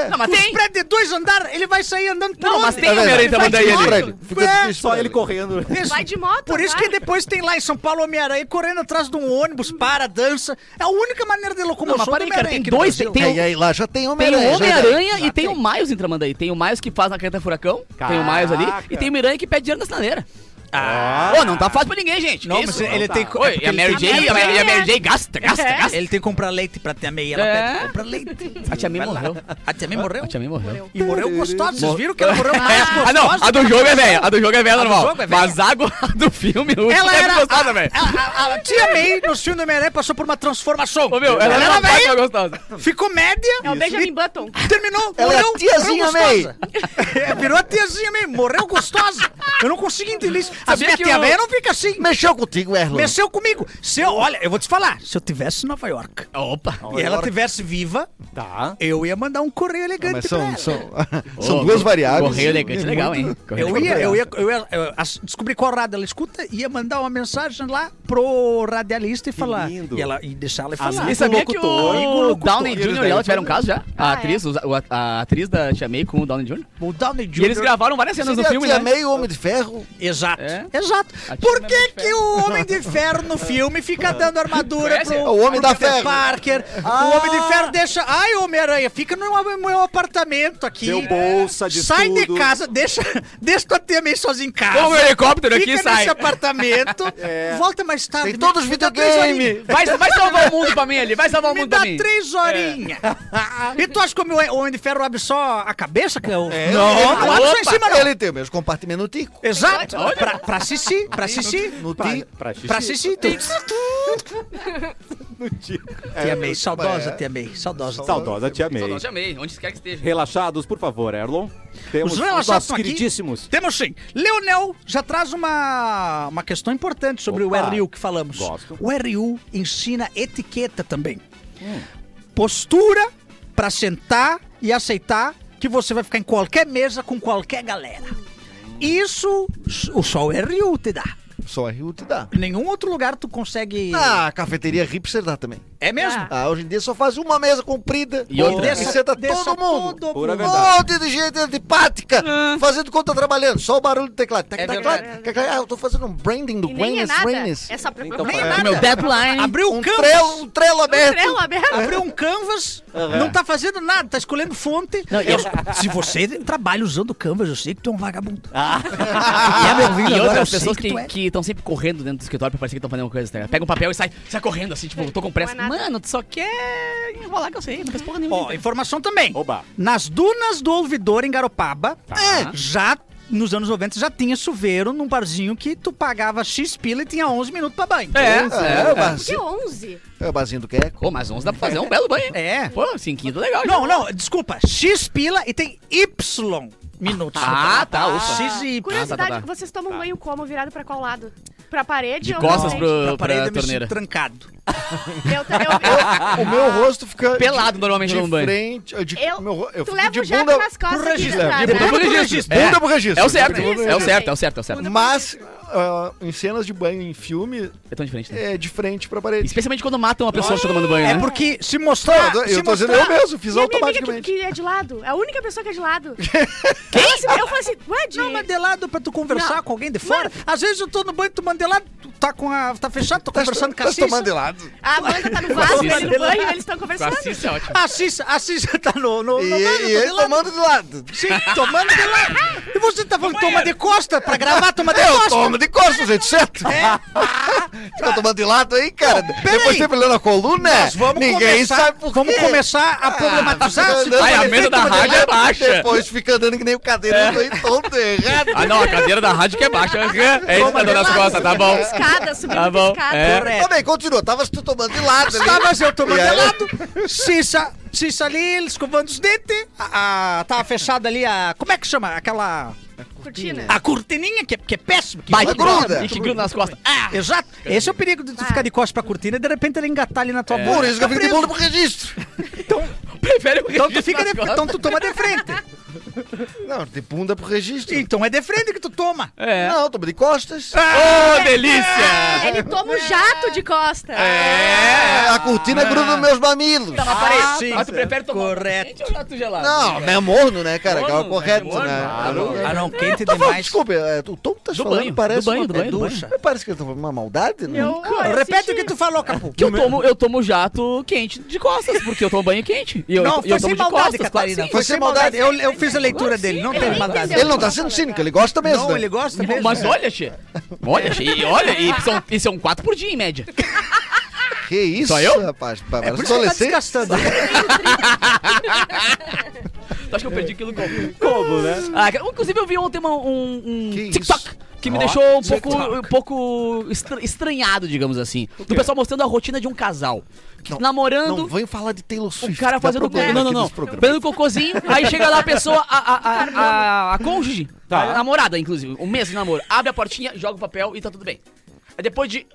eu Não, mas Os tem. prédios de dois andar, ele vai sair andando por Não, onde? mas tem um É verdade. Homem-Aranha em Tramandaí Vai de Pra ali. ele. Fica difícil Só pra ele correndo. Isso. Vai de moto, Por isso vai. que é depois tem lá em São Paulo Homem-Aranha correndo atrás de um ônibus, para, dança. É a única maneira de Não, locomoção mas para aí, do cara. Tem Homem-Aranha aqui no dois. Tem, Brasil. tem, Tem aí lá, já tem Tem Homem-Aranha. o já Homem-Aranha e tem o Miles em Tramandaí. Tem o Miles que faz na carta Furacão, tem o Miles ali, Caraca. e tem o Miranha que pede dinheiro na sinaleira. Ah. Ô, não tá fácil pra ninguém, gente. Não, Que mas isso? ele Não tem tá. co- é Oi, porque e a ele Mary tem- J, e a Mary- e a Mary É. J gasta, gasta, É. gasta. Ele tem que comprar leite pra tia May. Ela É. pede, compra leite. A tia May Vai lá. morreu. A tia May morreu? A tia May morreu. E morreu gostosa. Vocês viram que ela morreu mais Ah, não, gostosa? a do jogo é velha, a do jogo é velha normal. jogo é velha? Mas a água do filme, o Ela último, é era. gostosa, a, velho. a- a- a tia May, no filme do Homem-Aranha, passou por uma transformação. Ô, meu, ela Ela era era uma vaca gostosa. Ficou média. É o Benjamin Button. Terminou, Ela é morreu. a tiazinha morreu May. gostosa. É, virou a tiazinha May, morreu gostosa. Eu não consigo entender isso. A Sabia minha que tia eu- May não fica assim. Mexeu contigo, Erlon. Mexeu comigo. Se eu, olha, eu vou te falar. Se eu tivesse em Nova York Opa. e ela tivesse viva, Tá. eu ia mandar um correio Ah, elegante mas pra são, ela. são, são Ô, duas variáveis. Correio elegante, É legal, muito- hein? Correio Eu elegante. ia, eu ia, eu ia, eu ia as- descobrir qual rádio ela escuta, ia mandar uma mensagem lá pro radialista e falar. lindo. E, ela, e deixar ela As falar. E sabia é que o Locutor. Downey Jr. e ela tiveram um caso já? A Ah, é? atriz, os- o- a atriz da Tia May com o Downey Jr. O Downey Jr. E eles gravaram várias cenas do Seria a filme, tia né? May, o Homem de Ferro. Exato, É? exato. A tia Por May que de que o Homem de Ferro no filme fica dando armadura Conhece? pro O pro Homem da Peter Ferro. Parker? Ah! O Homem de Ferro deixa... Ai, Homem-Aranha, fica no meu- meu apartamento aqui. Deu bolsa de Sai tudo. de casa, deixa, deixa tua tia May sozinha em casa. Toma o helicóptero aqui Fica e nesse sai. apartamento, volta mais tarde. Tem todos os me dá três horinhas. videogames. Vai, vai salvar o mundo pra mim ali, vai salvar o Me mundo dá pra mim. três horinhas. E tu acha que o meu o Homem de Ferro abre só a cabeça? Que eu... É. Não, Não abre só em cima, não. Ele tem o mesmo compartimento no tico. Exato. Pra, pra Sissi, pra Sissi. No Pra, tico. pra xixi. Pra Sissi tem. No tico. Tia May, saudosa, é. Tia May, saudosa. Saudosa Tia May. Só não te amei, onde quer que esteja. Relaxados, por favor, Erlon. Temos Os relaxados nossos estão aqui. queridíssimos. Temos sim. Leonel já traz uma, uma questão importante sobre Opa. o RU que falamos. Gosto. O RU ensina etiqueta também. Postura pra sentar e aceitar que você vai ficar em qualquer mesa com qualquer galera. Isso o só o RU te dá. Só a Rio te dá. Em nenhum outro lugar tu consegue. Ah. Na cafeteria Ripster dá também. É mesmo? Ah. Ah, hoje em dia só faz uma mesa comprida E outra. que senta todo mundo. todo Pura mundo. verdade. Um monte de gente antipática fazendo conta trabalhando, só o barulho do teclado. Tec, É tec, verdade. tec, tec, tec. Ah, eu tô fazendo um branding do E nem é Gwyneth nada. Reynes. É só pra... Então, para. Nem é É nada. Ah, Meu deadline. Abriu o Um canvas. trelo, um trelo aberto. Estrela aberta. Abriu um canvas, não tá fazendo nada, tá escolhendo fonte. Eu- se você trabalha usando canvas, eu sei que tu é um vagabundo. Ah, E a minha vida e agora, outras eu pessoas sei que tu é. que estão sempre correndo dentro do escritório pra parecer que estão fazendo alguma coisa. tá ligado? Pega um papel e sai, sai correndo assim, tipo, tô com pressa. Não é nada. Mano, tu só quer enrolar que eu sei, não faz porra nenhuma. Ó, Hum. informação também. Oba. Nas dunas do ouvidor em Garopaba, é, já nos anos 90 já tinha chuveiro num barzinho que tu pagava X pila e tinha 11 minutos pra banho. É, é, o Por que barzinho, 11? é o barzinho do Queco. Pô, mas 11 dá pra fazer um belo banho. É. Pô, 5 legal. Não, já. não, desculpa, X pila e tem Y minutos. Ah, tá, o ufa. X e Y. tá, Curiosidade, tá. vocês tomam banho como? Virado pra qual lado? Pra parede De ou costas pra pro- frente? Pra pra parede eu me sinto torneira. trancado. Eu, ta- eu, O meu rosto fica Ah. Pelado de, normalmente no de banho. frente, de, eu, meu, ro- eu tu fico leva de o jato bunda, nas costas pro aqui de registro. trás, De bunda né? pro É registro. bunda pro É registro. o certo, Isso, é o certo, também. é o certo, é o certo. Mas ah, em cenas de banho em filme É tão diferente, né? é de frente pra parede. Ah, Especialmente quando matam uma pessoa que tá tomando banho, né? É porque se mostrar. Eu tô- se eu tô mostrar- dizendo eu mesmo, E fiz a minha amiga que, automaticamente. que é de lado. É a única pessoa que é de lado. Quem? Eu falei assim, ué, de... Não, mas de lado pra tu conversar Não. com alguém de fora. Às vezes eu tô no banho, tu manda de lado, tu tá com a. tá fechado, tô conversando com a Cissa. tomando de lado. A banda tá no vaso, Cissa. ele no banho, eles estão Com a conversando. Cissa é ótimo. A Cissa, a Cissa tá no. no, no E, banho, eu tô e de ele lado. tomando de lado. Sim, tomando de lado. E você tá falando, toma de costa pra gravar, toma de Eu costa. tomo de costas, gente, certo? É. Fica tomando de lado aí, cara. Depois peraí. sempre lendo a coluna, Nós vamos ninguém começar, sabe por Vamos quê. Ah, começar a problematizar fica a andando Ai, a de mesa frente, da mas de rádio é lado, baixa. É. Depois fica andando que nem o cadeirante aí, todo é errado. Ah, não, a cadeira da rádio que é baixa. É isso, tá dando assim? as costas, tá bom. Escada, subindo Tá bom, escada. é. Tá bem, continua. Tava tu tomando de lado ali. Estava eu tomando E aí? de lado. Cissa, Cissa ali, escovando os dentes. A, a- tava fechada ali a. Como é que chama? Aquela. Cortina. A cortininha, que, é- que é péssimo. Que Vai, Ela que gruda. gruda. E que gruda nas costas. Ah, Exato. Esse é o perigo de tu Ah. ficar de costas pra cortina e de repente ele engatar ali na tua boca. Por isso que eu fico de Fica bunda pro registro. prefere o Então tu fica de, então tu toma de frente. Não, de bunda pro registro. Então é de frente que tu toma. É. Não, toma de costas. Ô, delícia! Ele toma um jato de costa. É, a cortina gruda nos meus mamilos. Tá, mas peraí. Ah, sim. mas tu prefere tomar Correto. quente ou jato gelado? Não, é morno, né, cara? Morno, Aquela correta, é morno. né? Ah, não. Eu- Ah, não, quente Tá falando, demais. desculpa, é, o Tom tá falando, banho, parece do banho, uma do banho, do ducha. Parece que ele tá falando uma maldade, né? Eu, eu Repete assisti. o que tu falou, Capu. Que eu tomo, eu tomo jato quente de costas, porque eu tomo banho quente. E eu, Não, e eu tomo foi sem de maldade, costas, claro que Catarina. sim. Foi sem maldade. Eu, eu fiz a leitura Claro, dele, sim, não ele teve nem maldade. entendeu. Ele não tá sendo cínico, ele gosta mesmo. Não, né? ele gosta mesmo. Mas olha, Che. Olha, Che. E olha, e são, e são quatro por dia, em média. Que isso, Só eu? rapaz? Pa- É por isso que Parece ele tá adolescente. desgastando. Tu acha que eu perdi aquilo como? Como, né? Ah, cara, inclusive, eu vi ontem uma- um, um Que TikTok isso? que me Ó, deixou um pouco, um pouco estra- estranhado, digamos assim. Do pessoal mostrando a rotina de um casal. Que Não, namorando. Não, venho falar de Taylor Swift. O cara dá fazendo problema cocô. Não, não, aqui não. nos programas. Pelo cocôzinho, aí chega lá a pessoa, a, a, a, a, a cônjuge, Tá. a namorada, inclusive, o mês de namoro, abre a portinha, joga o papel e tá tudo bem. Aí depois de.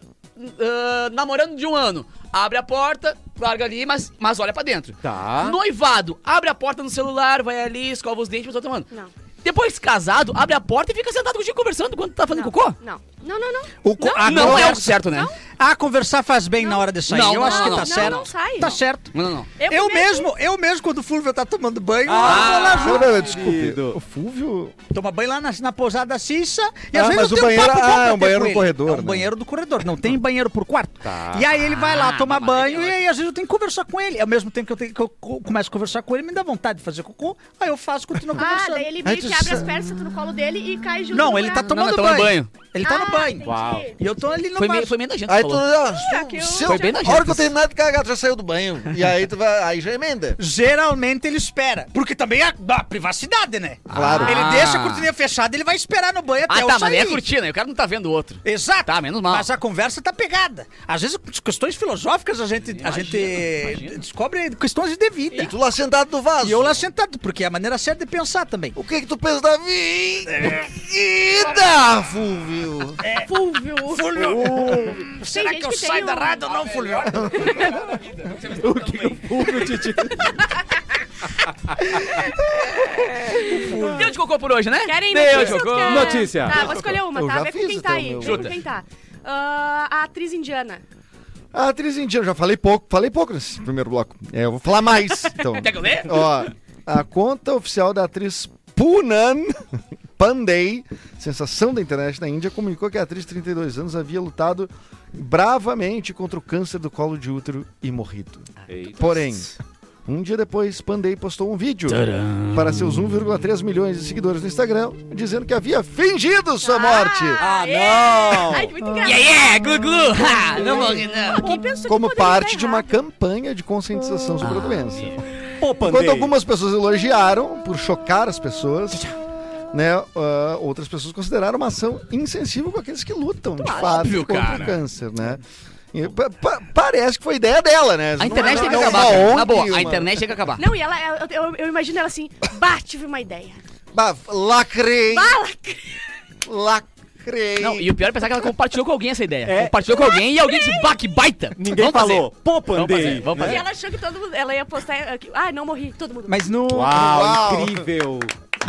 ah, namorando de um ano, abre a porta, larga ali, mas, mas olha pra dentro. Tá. Noivado, abre a porta no celular, vai ali, escova os dentes, mas tá tomando. Não. Depois casado, abre a porta e fica sentado contigo conversando quando tá fazendo cocô? Não, não, não. não. O co- Não, a não é o conversa- certo, né? Ah, conversar faz bem na hora de sair. Não, eu não, acho que não, tá não, certo. não sai, Tá não. certo. Não, não, não. Eu, mesmo, eu mesmo, quando o Fulvio tá tomando banho, eu vou lá Ah, junto. não, não, desculpe. querido. O Fúvio. Toma banho lá na, na pousada da Cissa. E Ah, às vezes mas o eu tenho banheiro- um papo bom pra ah, é um ter banheiro com no ele. corredor, É um né? Tá. banheiro do corredor. Não tem banheiro por quarto. E aí ele vai lá Ah, tomar mas aí banho eu- e aí às vezes eu tenho que conversar com ele. Ao mesmo tempo que eu, tenho- que eu co- começo a conversar com ele, me dá vontade de fazer cocô. Aí eu faço, continuo Ah, conversando. daí ele Aí meio tu que abre sa- as pernas, senta no colo dele e cai junto. Não, no ele tá buraco. tomando não, tomando banho. banho. Ele tá no Ah, banho. entendi. Uau. E eu tô ali no Foi, vaso. me, foi meio da gente. Aí tu. é falou. ó, Ah, que eu se já- eu- Foi bem na A hora que gente. eu terminar de cagar, tu já saiu do banho. E aí tu vai. Aí já emenda. Geralmente ele espera. Porque também é a, a privacidade, né? Claro. Ele Ah. deixa a cortina fechada, ele vai esperar no banho até Ah, eu tá, mas sair. nem é cortina, aí o cara não tá vendo o outro. Exato. Tá, menos mal. Mas a conversa tá pegada. Às vezes, com questões filosóficas, a gente, a Imagina, gente imagina. descobre questões de vida. E tu lá sentado no vaso. E eu lá sentado, porque é a maneira certa de pensar também. O que que tu pensa da É. vida, Fúvio? Fulvio. Fulvio! Será gente que eu que tem saio um- da rádio ou não, Fulvio? O que um que o Fulvio te diz? Deu de cocô por hoje, né? Querem Deu notícia? de cocô. ou quer- Notícia. Tá, vou escolher uma, Eu tá? já Vê com fiz, quem então, tá aí. meu. Vê com Chuta. quem tá. Ah, a atriz indiana. A atriz indiana, já falei pouco, falei pouco nesse primeiro bloco. É, eu vou falar mais, então. Quer que eu leia? Ó, a conta oficial da atriz Poonan Pandey, sensação da internet na Índia, comunicou que a atriz de 32 anos havia lutado bravamente contra o câncer do colo de útero e morrido. Porém, um dia depois, Pandey postou um vídeo para seus 1,3 milhões de seguidores no Instagram, dizendo que havia fingido sua morte. Ah, não! Ai, que muito engraçado. Yeah, yeah, glu, glu. Ha, não morri, não. Quem pensou que como poderia parte dar de uma errado? Ah, campanha de conscientização sobre a doença. Pô, Pandei. Enquanto algumas pessoas elogiaram por chocar as pessoas, né, ah, outras pessoas consideraram uma ação insensível com aqueles que lutam, de fato, óbvio, contra cara. o câncer, né? E pa- pa- parece que foi ideia dela, né? A internet tem que é uma acabar. cara. Na ONG, boa, uma- a internet tem que acabar. Não, e ela, eu, eu, eu imagino ela assim, bah, tive uma ideia. Bah, lacrei, Fala, lacrei. Não, e o pior é pensar que ela compartilhou com alguém essa ideia. É. Compartilhou com alguém e alguém disse, bah, que baita. Ninguém Vamos falou. fazer. Pô, Vamos fazer, Pandei. vamos E fazer. ela achou que todo mundo. Ela ia postar. eh, que- Ah, não morri, todo mundo. Mas no. Uau, Uau. incrível.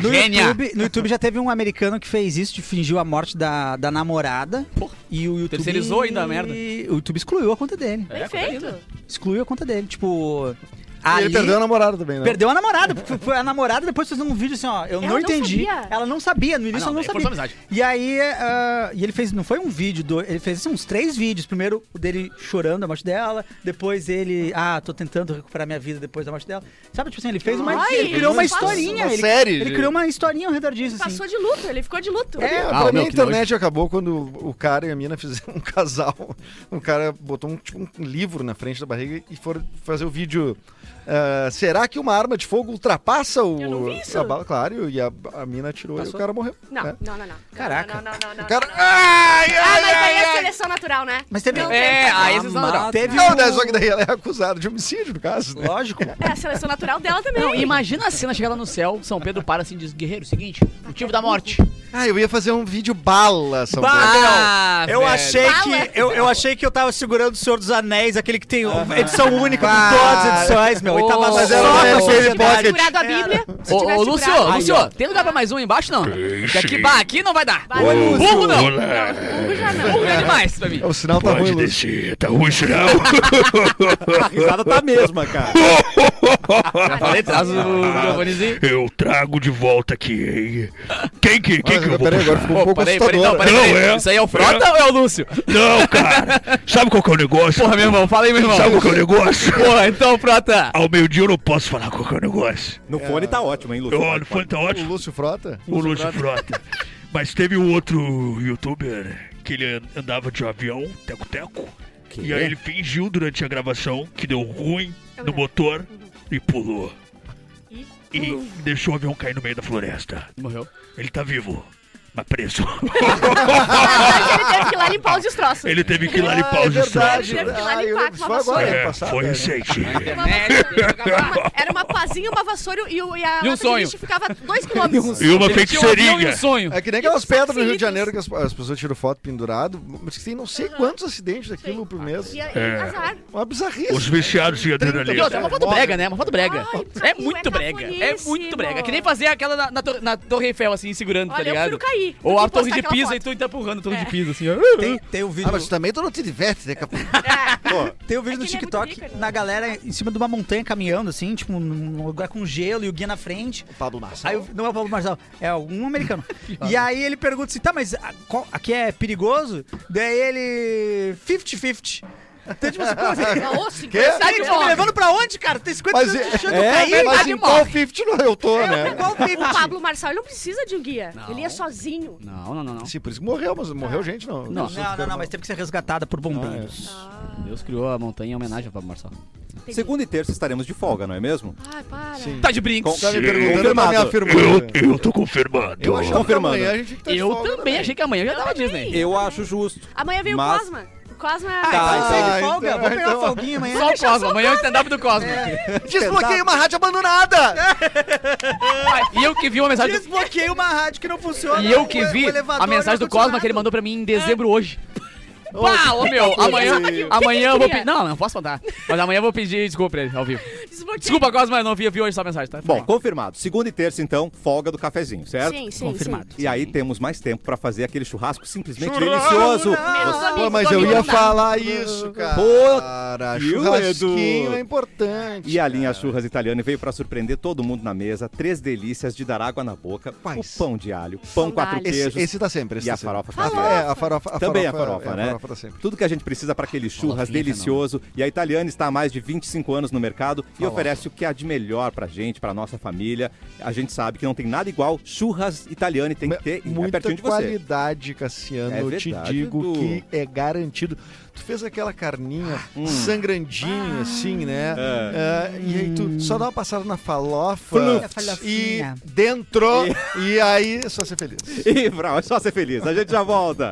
No Gênia. YouTube, no YouTube já teve um americano que fez isso, de fingiu a morte da, da namorada. Porra. E o YouTube. Terceirizou ainda a merda. O YouTube excluiu a conta dele. É, Perfeito. Excluiu a conta dele. Tipo. E Ali, ele perdeu a namorada também, né? Perdeu a namorada, porque foi a namorada depois fez um vídeo assim, ó, eu Ela não não entendi. sabia. Ela não sabia, no Ah, início não, ela daí não forçou sabia. amizade. E aí, ah, e ele fez, não foi um vídeo, do, ele fez assim, uns três vídeos. Primeiro o dele chorando a morte dela, depois ele, ah, tô tentando recuperar minha vida depois da morte dela. Sabe, tipo assim, ele fez uma. Ai, ele criou uma ele passou historinha. uma ele, série ele de- criou uma historinha ao redor disso, assim. Passou de luto, ele ficou de luto. É, Ah, pra mim meu, a que internet acabou quando o cara e a mina fizeram um casal. Um cara botou um, tipo, um livro na frente da barriga e foram fazer o vídeo. ah, será que uma arma de fogo ultrapassa o. Eu não vi isso. A bala, claro, e a, a mina atirou e o cara morreu. Não, né? não, não, não. Caraca. Não, não, não, não, não. O cara. não, não. Ai, Ah, mas ai, daí ai, é ai. seleção natural, né? Mas teve. Não, É, tem- aí vocês não Amado. namoraram. Teve Não, um- né, só que daí ela é acusada de homicídio, no caso. Né? Lógico. É a seleção natural dela também. Não, imagina a cena chegar lá no céu, São Pedro para assim e diz, guerreiro, seguinte, motivo da morte. Ah, eu ia fazer um vídeo bala, São Paulo. Ah, Eu velho. achei Fala. que eu, eu achei que eu tava segurando o Senhor dos Anéis, aquele que tem edição única com todas as edições, meu. E tava Ô, Mas era só era com aquele esse tivesse pocket. segurado a Bíblia. se Ô, tivesse ô, Lúcio, segurado- Lúcio, tem lugar pra mais um aí embaixo, não? Porque aqui, bah, aqui não vai dar. Vai. Burro não, Não, burro já não. burro é demais pra mim. O sinal tá ruim, Pode Lúcio. descer, tá ruim sinal. A risada tá a mesma, cara. Já falei, traz o microfonezinho. Eu trago de volta aqui, hein? Quem que, quem que eu Ah, vou Peraí, agora puxar? ficou um pouco peraí, peraí, assustador. não, peraí, Não, peraí. é? Isso aí é o Frota ou é o Lúcio? Não, cara. Sabe qual que é o negócio? Porra, meu irmão, fala aí, meu irmão. Sabe qual que é o negócio? Porra, então, Frota. Ao meio-dia eu não posso falar qual que é o negócio. No fone tá ótimo, hein, Lúcio? Eu olho, foi tá né? O ótimo, Lúcio Frota? o Lúcio Frota. Mas teve um outro youtuber que ele andava de avião, teco-teco. E aí ele fingiu durante a gravação que deu ruim no motor e pulou. E deixou o avião cair no meio da floresta. Morreu. Ele tá vivo, mas preso. Mas ele teve que ir lá limpar os destroços. ele teve que ir lá Ah, é limpar é os destroços. Teve que ir lá Ah, eu- limpar com uma Foi agora, vassoura. ano É, passado. foi né? recente. Uma vassoura. Era uma- Era uma pazinha, uma vassoura e, o- e a E um lata de sonho. lixo ficava dois quilômetros. E Ele tinha uma um avião e feiticeirinha. um sonho. É que nem aquelas pedras no Rio de Cilindros. Janeiro que as, as pessoas tiram foto pendurado, mas que tem não sei quantos acidentes daquilo por mês. E, a- e É. azar. Uma bizarrice. Os viciados em E outra, é adrenalina. uma foto brega, né? Uma foto brega. Ai, é Toquinho, muito é brega. É muito caponíssimo. brega. É que nem fazer aquela na, na tor- na Torre Eiffel, assim, segurando, tá Olha, eu ligado? prefiro cair do Ou que a Torre de postar Pisa aquela e tu tá empurrando a Torre É. de Pisa, assim. Tem, tem um vídeo. Ah, mas também tu não te diverte, né, capô? Tem um vídeo É no que ele é TikTok muito rico, né? da galera em cima de uma montanha caminhando, assim, tipo, num lugar com gelo e o guia na frente. Pablo Marçal. Aí, o- não é o Pablo Marçal, é algum americano. e aí ele pergunta assim, tá, mas a- qual- aqui é perigoso? Daí ele... 50-50. Então, tipo assim, pô, assim, É. Ô, Quê? 50 tá me levando pra onde, cara? Tem 50 Mas, anos de chance de eu é, cair? mas Aí em ele qual morre. 50 não eu tô, É, né? igual O 50. Pablo Marçal, ele não precisa de um guia. Não. Ele ia sozinho. Não, não, não, não. Sim, por isso que morreu, mas morreu gente, Não. não. Pessoas Não, não, ficaram- não, mas teve que ser resgatada por bombeiros. Deus criou a montanha em homenagem ao Pablo Marçal. Segunda e terça estaremos de folga, não é mesmo? Ai, para. Sim. Tá de brinco. Com- Tá me perguntando, mas Confirmado. me Eu, afirmando. eu tô confirmando. Eu achava que Confirmando. amanhã a gente tinha que tá de Eu folga também achei que amanhã já Eu tava também. Disney. Eu acho justo. Amanhã vem Mas- o Cosma. O Cosma é... Tá, Ah, então- isso aí de folga? então- Vou pegar então- uma folguinha amanhã. Só o Cosmo. Amanhã é o stand-up do Cosmo. É. Desbloqueei uma rádio abandonada! E eu que vi uma mensagem do... Desbloquei uma rádio que não funciona. E eu que o- o vi elevador a mensagem não do Cosma que ele funcionava. mandou pra mim em dezembro hoje. Pá, ô meu, amanhã, que queria? amanhã eu vou pedir. Não, não posso mandar. Mas amanhã eu vou pedir desculpa pra ele, ao vivo. Desbloqueei. tá. Desculpa, Cosma, eu não vi, eu vi hoje sua mensagem, tá? Bom, confirmado. Segunda e terça, então, folga do cafezinho, certo? Sim, sim, Confirmado. E aí temos mais tempo pra fazer aquele churrasco simplesmente Churrasco, delicioso. sim. Menos Você- amigos, Pô, mas eu domingo ia não dá. falar isso, cara. Pô, viu, churrasquinho Edu? é importante. E a cara. linha Churras Italiana veio pra surpreender todo mundo na mesa. Três delícias de dar água na boca. Quais? O pão de alho, pão de quatro alho. queijos. Esse, esse tá sempre. Esse E tá a farofa sempre. caseira. É, a farofa. a Também a farofa, farofa, é, né? A farofa tá sempre. Tudo que a gente precisa para aquele churras Falofinha, delicioso. E a Italiana está há mais de 25 anos no mercado e Falofa. oferece o que há de melhor pra gente, pra nossa família. A gente sabe que não tem nada igual. Churras Italiana e tem que ter e é Muita pertinho de você. qualidade, Cassiano. É eu verdade, te digo Edu. que é garantido. Tu fez aquela carninha Ah, hum. sangrandinha, Ah. assim, né? É, e aí tu só dá uma passada na falofa Fluff. e Falofinha. dentro. E aí é só ser feliz. E, Vral, é só ser feliz. A gente já volta.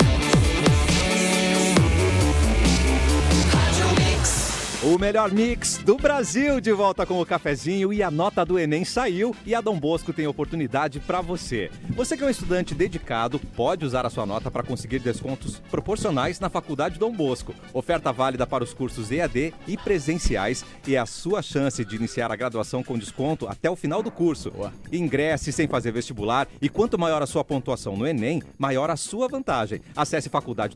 O melhor mix do Brasil de volta com o cafezinho e a nota do Enem saiu e a Dom Bosco tem oportunidade para você. Você que é um estudante dedicado pode usar a sua nota para conseguir descontos proporcionais na Faculdade Dom Bosco. Oferta válida para os cursos EAD e presenciais e é a sua chance de iniciar a graduação com desconto até o final do curso. Ingresse sem fazer vestibular e quanto maior a sua pontuação no Enem, maior a sua vantagem. Acesse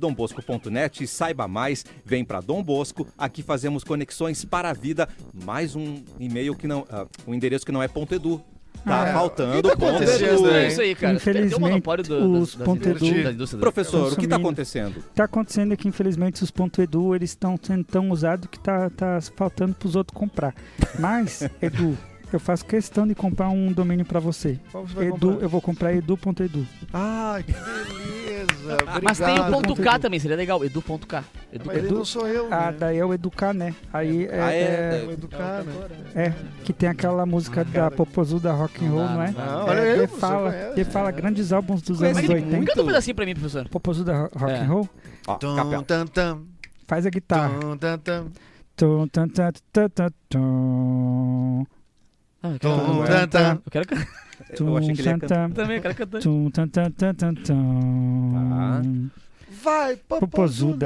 faculdadedombosco.net e saiba mais. Vem para Dom Bosco, aqui fazemos conexões para a vida. Mais um e-mail que não, ah, um endereço que não é ponto .edu. Tá Ah, é. O faltando que tá ponto acontecendo, edu. hein? É isso aí, cara. Tem o Infelizmente, monopólio do, os das, das pontedu- indústrias- da indústria. Professor, o que está Consumindo. acontecendo? Tá acontecendo é que, infelizmente, os ponto .edu, eles estão sendo tão usados que tá, tá faltando pros outros comprar. Mas, Edu, eu faço questão de comprar um domínio pra você. Qual você vai Edu, comprar? eu vou comprar edu.edu. Ai, que beleza. Obrigado. Mas tem o ponto Conteúdo. K também, tá. seria legal. Edu.k. Edu. Mas ele não sou eu, Ah, né? daí é o educar, né? Aí é, Ah, é, é, Vou Ah, tá. educar, né? é, que tem aquela música da Popozuda Rock and Roll, dá, não é? não dá. Ah, É, olha aí, ele você fala, conhece. ele é fala grandes álbuns dos Conhece anos ele 80. Canta um pedacinho pra mim, professor. Popozuda Ro- Rock É. and Roll, Ó, Tum, Então, capela. tam, tam, faz a guitarra. tum, tam, tam, Tum, tum, tum, tum, tum, tum. Ah, eu quero- tum, tam, tam. eu quero cantar Eu achei que ele ia cantar. tum, também, eu quero cantar. Tum, tum, tum, tum, tum, tum. Tá. Vai, Popozuda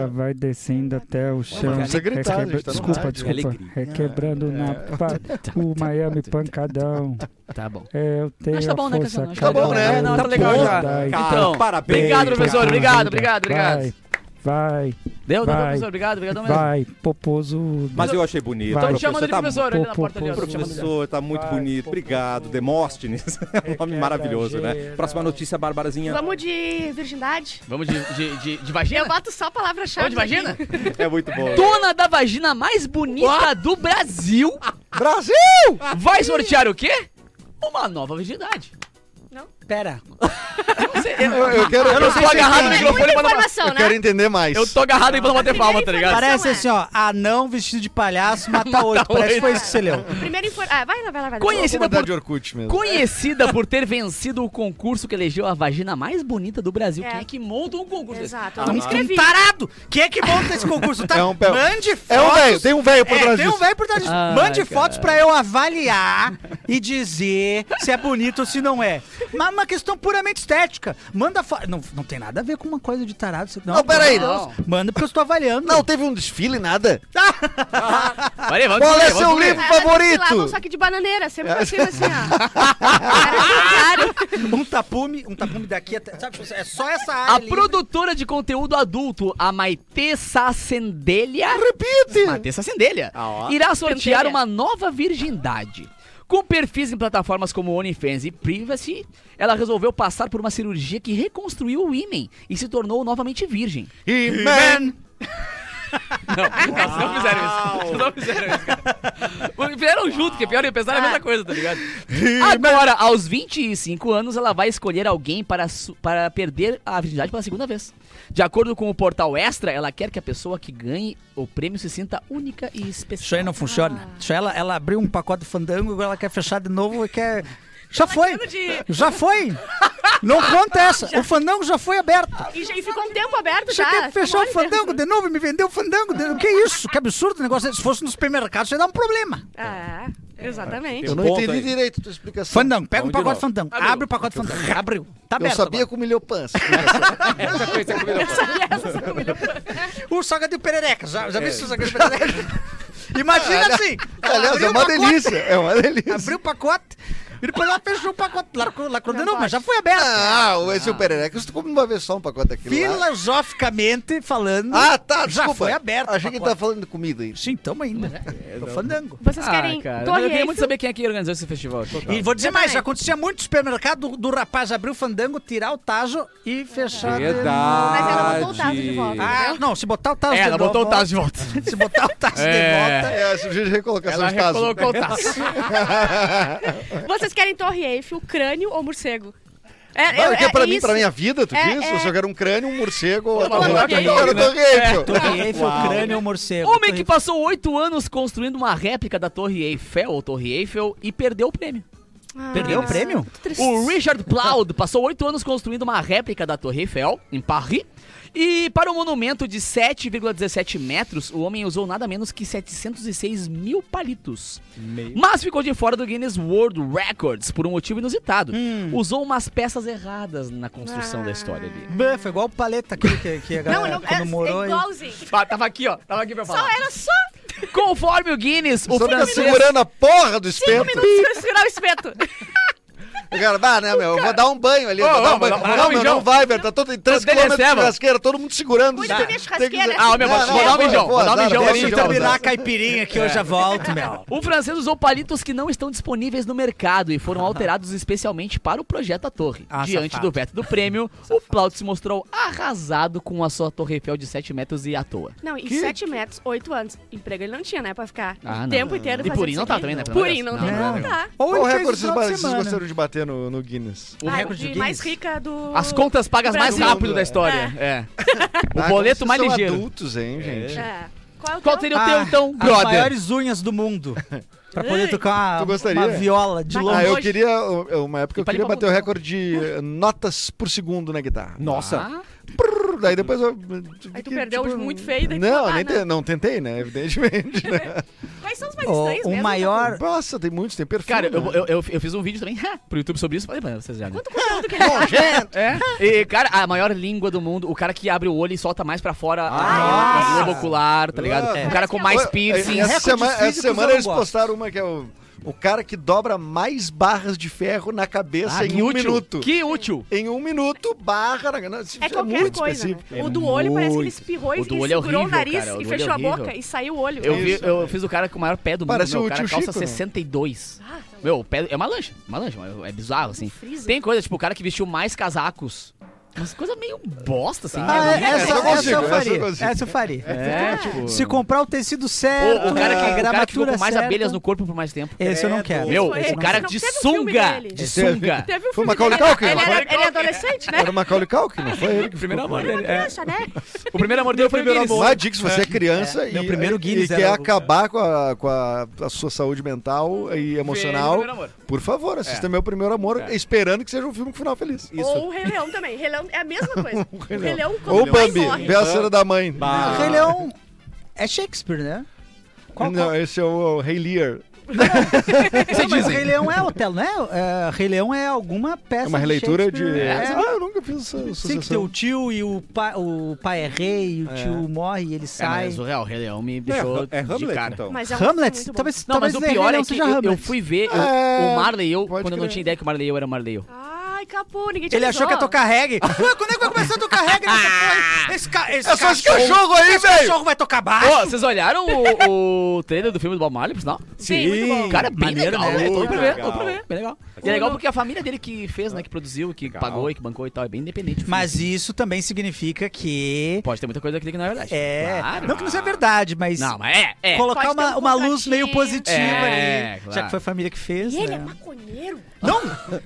popozuda. vai descendo até o chão. mas precisa gritar, Requebra- gente, tá no Desculpa, rádio. É. desculpa. Alegria. Requebrando na pa- o Miami pancadão. Tá bom. É, Eu tenho Acho que tá a bom, né, força. Cassiano? Acho que tá bom, né? Não, cada tá um legal por já. dez. Cara, Então, parabéns. obrigado, professor. Obrigado, obrigado, obrigado. Então, Vai, vai, Deu, deu, Vai. professor. Obrigado, obrigado mesmo. vai, Popozuda. Mas eu achei bonito. Vai. Tô Então te chamando de tá- professor ali na pô, porta ali. ó. pô, Tô te chamando de- Professor, tá muito Vai, bonito. pô, Obrigado, pô. Demóstenes. um homem maravilhoso, né? Requebra-gera. Próxima notícia, Barbarazinha. Vamos de virgindade? Vamos de, de, de, de Eu vagina? boto só a palavra-chave. Vamos de vagina? É muito bom. Dona da vagina mais bonita do Brasil Brasil! vai sortear o quê? Uma nova virgindade. Pera. Não sei, Eu, eu quero, Eu não tô agarrado no microfone pra não bater é Informação, Eu quero né? entender mais. Eu tô agarrado aí pra não bater palma, tá ligado? Parece é. assim, ó, anão vestido de palhaço mata oito. Parece que foi isso que você leu. Primeira informação. Ah, vai lá, vai lá, vai lá. Conhecida Comunidade por, de Orkut mesmo. conhecida por ter vencido o concurso que elegeu a vagina mais bonita do Brasil. É. Quem é que monta um concurso? desse? Exato. Ah, Eu me inscrevi. Parado! Quem é que monta esse concurso? Tá? É um pé- Mande É um fotos. velho, tem um velho por É, trás tem um disso. velho por trás disso. Ai, Mande cara. fotos pra eu avaliar e dizer se é bonito ou se não é. Mas uma questão puramente estética. Manda foto. Não, não tem nada a ver com uma coisa de tarado. Não, Não, peraí. Não. Manda porque eu estou avaliando. Não, teve um desfile, nada. Peraí, vamos Qual descobrir, é seu vamos descobrir. livro Ah, favorito? Só que de bananeira, sempre gostei assim, ó. Cara, é claro. Um tapume, um tapume daqui até. Sabe, tipo, é só essa área. A ali. produtora de conteúdo adulto, a Maite Sacendelha. Repite. Matheus Sacendelha Ah, ó. irá sortear Sacendelha. uma nova virgindade. Com perfis em plataformas como OnlyFans e Privacy, ela resolveu passar por uma cirurgia que reconstruiu o ímen e se tornou novamente virgem. He-Man. Não, vocês não fizeram isso. Vocês não fizeram isso, cara. Fizeram junto, que é pior, pensaram a Ah. mesma coisa, tá ligado? Agora, aos 25 anos, ela vai escolher alguém para, su- para perder a virgindade pela segunda vez. De acordo com o portal Extra, ela quer que a pessoa que ganhe o prêmio se sinta única e especial. Isso aí não funciona. Isso aí ela, ela abriu um pacote do fandango, agora ela quer fechar de novo e quer. Já foi! de- Já foi! Não conta essa! O fandango já Tá, foi aberto! E, já- e ficou um tempo aberto Você já. quer fechar ficou um o fandango tempo. de novo e me vender o fandango? De... Que é isso? Que absurdo o negócio. Se fosse no supermercado, isso ia dar um problema. Ah, exatamente. Eu não Ponto entendi aí. direito a tua explicação. Fandango, pega Vamos o de novo. pacote fandango. Abre o pacote fandango. Abriu. Tá Eu aberto. sabia agora. com milho pança. O salgadinho perereca. Já, já viu esse salgadinho perereca? Imagina assim. É. Aliás, abriu é o uma pacote, delícia. É uma delícia. Abriu o pacote e depois ela fechou o pacote. Lacrou, lacrou de novo, mas já foi aberto. Ah, esse é o perereca. Tu como não vai ver só um pacote daquilo lá? Filosoficamente falando. Ah, tá, Já desculpa. foi aberto o Achei que ele pacote. tá falando de comida aí. Sim, tamo ainda. É o fandango. Vocês querem ah, cara, mas Torre eu queria Eiffel? muito saber quem é que organizou esse festival. E vou dizer Eu mais, também. acontecia muito no supermercado do, do rapaz abrir o fandango, tirar o tajo e fechar. de novo. Verdade. Mas ela botou o taso de volta. Ah, não, se botar o tajo É, de ela novo, botou o Tazo de volta. Se botar o tajo É. de volta. É, a cirurgia de recolocação Ela de tazo. recolocou o Tazo. Vocês querem Torre Eiffel, crânio ou morcego? É, Não, que é pra mim, isso. pra minha vida, tu É, diz? é. Eu só quero um crânio, um morcego ou Não, mas outra não tem Eu quero né? Torre Eiffel. Torre Eiffel, crânio ou morcego? Homem que passou oito anos construindo uma réplica da Torre Eiffel, ou Torre Eiffel, e perdeu o prêmio. Ah, Perdeu o prêmio? que triste. O Richard Plaud passou oito anos construindo uma réplica da Torre Eiffel, em Paris. E para um monumento de 7,17 metros, o homem usou nada menos que 706 mil palitos. Mas ficou de fora do Guinness World Records por um motivo inusitado. Usou umas peças erradas na construção da história ali. Bah, Foi igual o paleta aquele que, que a Não, galera não, é, comemorou. é aí. igualzinho. Ah, tava aqui, ó. Tava aqui pra Só falar. era só Conforme o Guinness, o Só fica francês... segurando a porra do cinco espeto. minutos pra segurar o espeto. O cara, ah, né, meu? Eu vou dar um banho ali. Ô, vou dar ô, um banho. vou dar um Não, meu, mijão. não vai, velho. Tá todo em 3 Cadê km de Estevam? churrasqueira, todo mundo segurando. Cuida né? Tá. da minha Tem que- churrasqueira. Ah, meu, vou- Não, vou dar um não, mijão, pô, vou dar um azar, mijão, deixa vou eu dar um mijão. Terminar terminar. a caipirinha que eu já volto, meu. O francês usou palitos que não estão disponíveis no mercado e foram alterados especialmente para o projeto da torre. Ah, Diante safado. do veto do prêmio, o Plaut se mostrou arrasado com a sua torre Eiffel de 7 metros e à toa. Não, e 7 metros, 8 anos. Emprego ele não tinha, né? Pra ficar Ah, o não. tempo inteiro E fazendo Purim não isso tá aqui. também, né? Pelo Purim amor não de tem Deus. como Não. tá. Ou Qual ele fez recorde isso vocês, no final de vocês semana. gostaram de bater no, no Guinness? O Ah, recorde de Guinness? mais rica do... As contas pagas mais Brasil. rápido da história. É. O Ah, boleto vocês mais são ligeiro. adultos, hein, gente? É. Qual é o Qual teu? seria o teu, então, brother? Ah, As maiores unhas do mundo. Pra poder tocar Tu uma, gostaria? uma viola de Ah, longe. Ah, eu hoje- queria. eu- Uma época eu Pode queria ir pra bater o recorde de eh, notas por segundo na guitarra. Nossa. Ah, Prrr, Daí depois eu. Uhum. tipo, Aí tu perdeu muito feio, daí tu Não, fala, nem ah, te- não tentei, né? Evidentemente. né? Quais são os mais O- estranhos o tá mesmo? maior- Nossa, tem muitos, tem perfil. cara, eu, né? eu, eu, eu fiz um vídeo também pro YouTube sobre isso. Falei pra vocês já. né? Quanto conteúdo que ele faz? É. E, cara, a maior língua do mundo, o cara que abre o olho e solta mais pra fora a- a globo ocular, tá ligado? Ah. O cara com mais Olha, piercing. É Essa Recordes semana, essa físicos semana eu eles não gosto. postaram uma que é o, o cara que dobra mais barras de ferro na cabeça Ah, em um minuto. Que útil. Em um minuto, barra na. na- isso É qualquer muito coisa, específico. né? o do olho parece que ele espirrou e, O do e olho é segurou o horrível, nariz cara, o e do olho é fechou a horrível. boca e saiu o olho. Eu, vi- Isso, eu fiz o cara com o maior pé do Parece mundo. o meu, O cara tio calça Chico, né? 62. Ah, tá Meu, o pé é uma lancha. Uma lancha, é bizarro, assim. freezer. Tem coisa, tipo, o cara que vestiu mais casacos. Umas coisa meio bosta, assim. Ah, né? é, essa, Essa eu essa eu consigo, essa eu faria. consigo. Essa eu faria. É, tipo. Se comprar o tecido certo, O, o cara que, o a cara que ficou gramatura com mais é, certa, abelhas no corpo por mais tempo. Esse eu não Isso, quero. Meu, é, o cara não de teve um filme sunga. dele. De sunga. Teve um Foi filme Macaulay dele. Culkin, Ele, Macaulay era, ele é adolescente, né? Era o Macaulay Culkin, não foi ele que Primeiro amor dele. Ele acha, né? O primeiro amor dele foi o Guinness. Não é Dix, você é criança e, Meu primeiro e Guinness quer era o- acabar com, a, com a, a sua saúde mental e emocional. Primeiro amor. Por favor, assista Meu Primeiro Amor, esperando que seja um filme com final feliz. Ou o Rei Leão também. Rei Leão é a mesma coisa. o Rei Leão, quando Ou o pai Bambi, morre. vê a cena da mãe. O Rei Leão é Shakespeare, né? Qual, Não, qual? esse é o, o Rei Lear. Não, mas Rei Leão é Otelo, né? É, Rei Leão é alguma peça É uma releitura de. Shakespeare, né? É, Ah, eu nunca fiz essa Sim, associação. que tem o tio e o pai, o pai é rei, e o tio morre e ele É, sai. mas o Real, o Rei Leão me É, deixou é de Hamlet, cara. então. Mas é um filme Hamlet? muito bom. Talvez, Não, mas talvez o Rei pior Leão é que seja eu, eu Hamlet. fui ver eu- É, o Marley, eu, pode quando eu não crer. tinha ideia que o Marley eu era Marley. eu. Ai, capô, ninguém te Ele achou que ia avisou. tocar reggae. Ué, quando é que vai começar a tocar reggae nessa Ah! porra? Esse, ca esse É só esse cachorro- cachorro aí, esse velho! cachorro vai tocar baixo. Ô, vocês olharam o, o trailer do filme do Bob Marley, por sinal? Sim, muito bom. Cara, é bem Maneiro, legal, né? né? Tô pra ver, Legal. tô pra ver. Bem legal. E é legal porque a família dele que fez, né? Que produziu, que pagou e que bancou e tal. É bem independente. o filme. Mas isso também significa que. Pode ter muita coisa aqui que não é verdade. É. Claro. Não que não seja verdade, mas. Não, mas é, é. Colocar Pode ter uma, um uma luz contratinho. meio positiva É, ali. claro. Já que foi a família que fez. E ele é né? maconheiro. Não!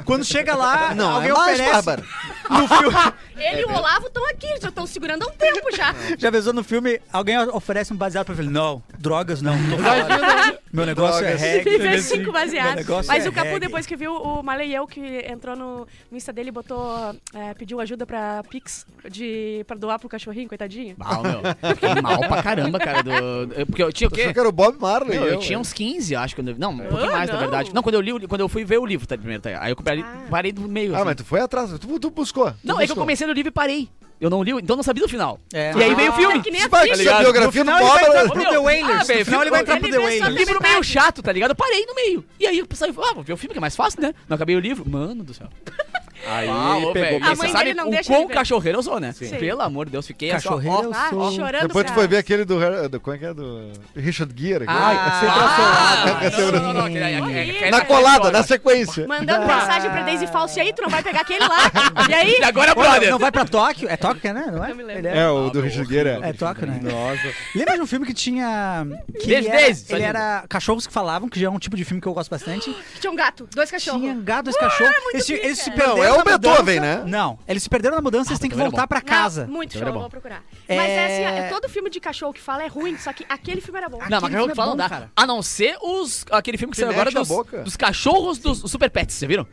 Quando chega lá, Não, alguém é mais, oferece. Bárbara. No filme, Ele e o Olavo estão aqui, já estão segurando há um tempo já. já pensou no filme, alguém oferece um baseado pra ele. Não, drogas não. tô fora. Meu negócio Drogas. é Ele reggae. fez cinco baseados. negócio Mas é o Capu, reggae. depois que viu o Marley eu, que entrou no, no Insta dele e botou, é, pediu ajuda pra Pix de, pra doar pro cachorrinho, coitadinho. Mal, meu. Fiquei mal pra caramba, cara. do- do- Porque eu tinha o Achou quê? que era o Bob Marley. Não, eu tinha uns 15, acho, quando eu... Não, um Ah, pouquinho mais, não. na verdade. Não, quando eu li, o li- quando eu fui ver o livro, tá, primeiro, tá, aí eu parei, Ah. parei do meio, Ah, assim. mas tu foi atrás, tu, tu buscou. tu Não, é que eu buscou. comecei no livro e parei. Eu não li, o- então eu não sabia do final. É. E aí veio o filme. É que nem a Vai, Pix. essa ligado? Tá biografia do Não, ele vai entrar Bob pro The Ah, Wailers. velho, No final ele vai entrar pro ele The vê só Wailers. livro metade. meio chato, tá ligado? Eu parei no meio. E aí eu pensava, ah, vou ver o filme que é mais fácil, né? Não acabei o livro. Mano do céu. Aí Ah, pegou. ô, velho, A mas mãe você sabe dele não o deixa ele quão ver. cachorreiro eu sou, né? Sim. Pelo amor de Deus, fiquei Cachorreiro assim, ó, ó. Ah, sou. chorando. Depois tu pra- foi ver aquele do, do. Como é que é? Do Richard Gere. é aquele. Ah, não, não, não, não, aquele- aquele- aquele- na aquele- colada, aquele- na sequência. Mandando mensagem pra Daisy Falso, e aí tu não vai pegar aquele lá? E E aí? agora, Olha, brother. não vai pra Tóquio? É Tóquio, né? Não é? Eu me lembro. Ele é. É, o do Richard Gere. é. É Tóquio, né? Nossa. Lembra de um filme que tinha. Que Beijo, ele era, Daisy, sua ele linda. era Cachorros que Falavam, que já é um tipo de filme que eu gosto bastante. Tinha um gato, dois cachorros. Tinha gato, esse cachorro. Ah, muito Esse, pica. esse se Não, perdeu. é é perderam o na Beethoven, mudança- né? Não, eles se perderam na mudança, eles têm que Beethoven é voltar bom. pra casa. Não, muito Então era show, bom. vou procurar. Mas é assim, É- é, todo filme de cachorro que fala é ruim, só que aquele filme era bom. Não, mas filme cachorro é que fala bom, não dá. cara. A não ser os, aquele filme que, Que saiu agora mete a dos, boca. dos cachorros dos Super Pets, vocês viram?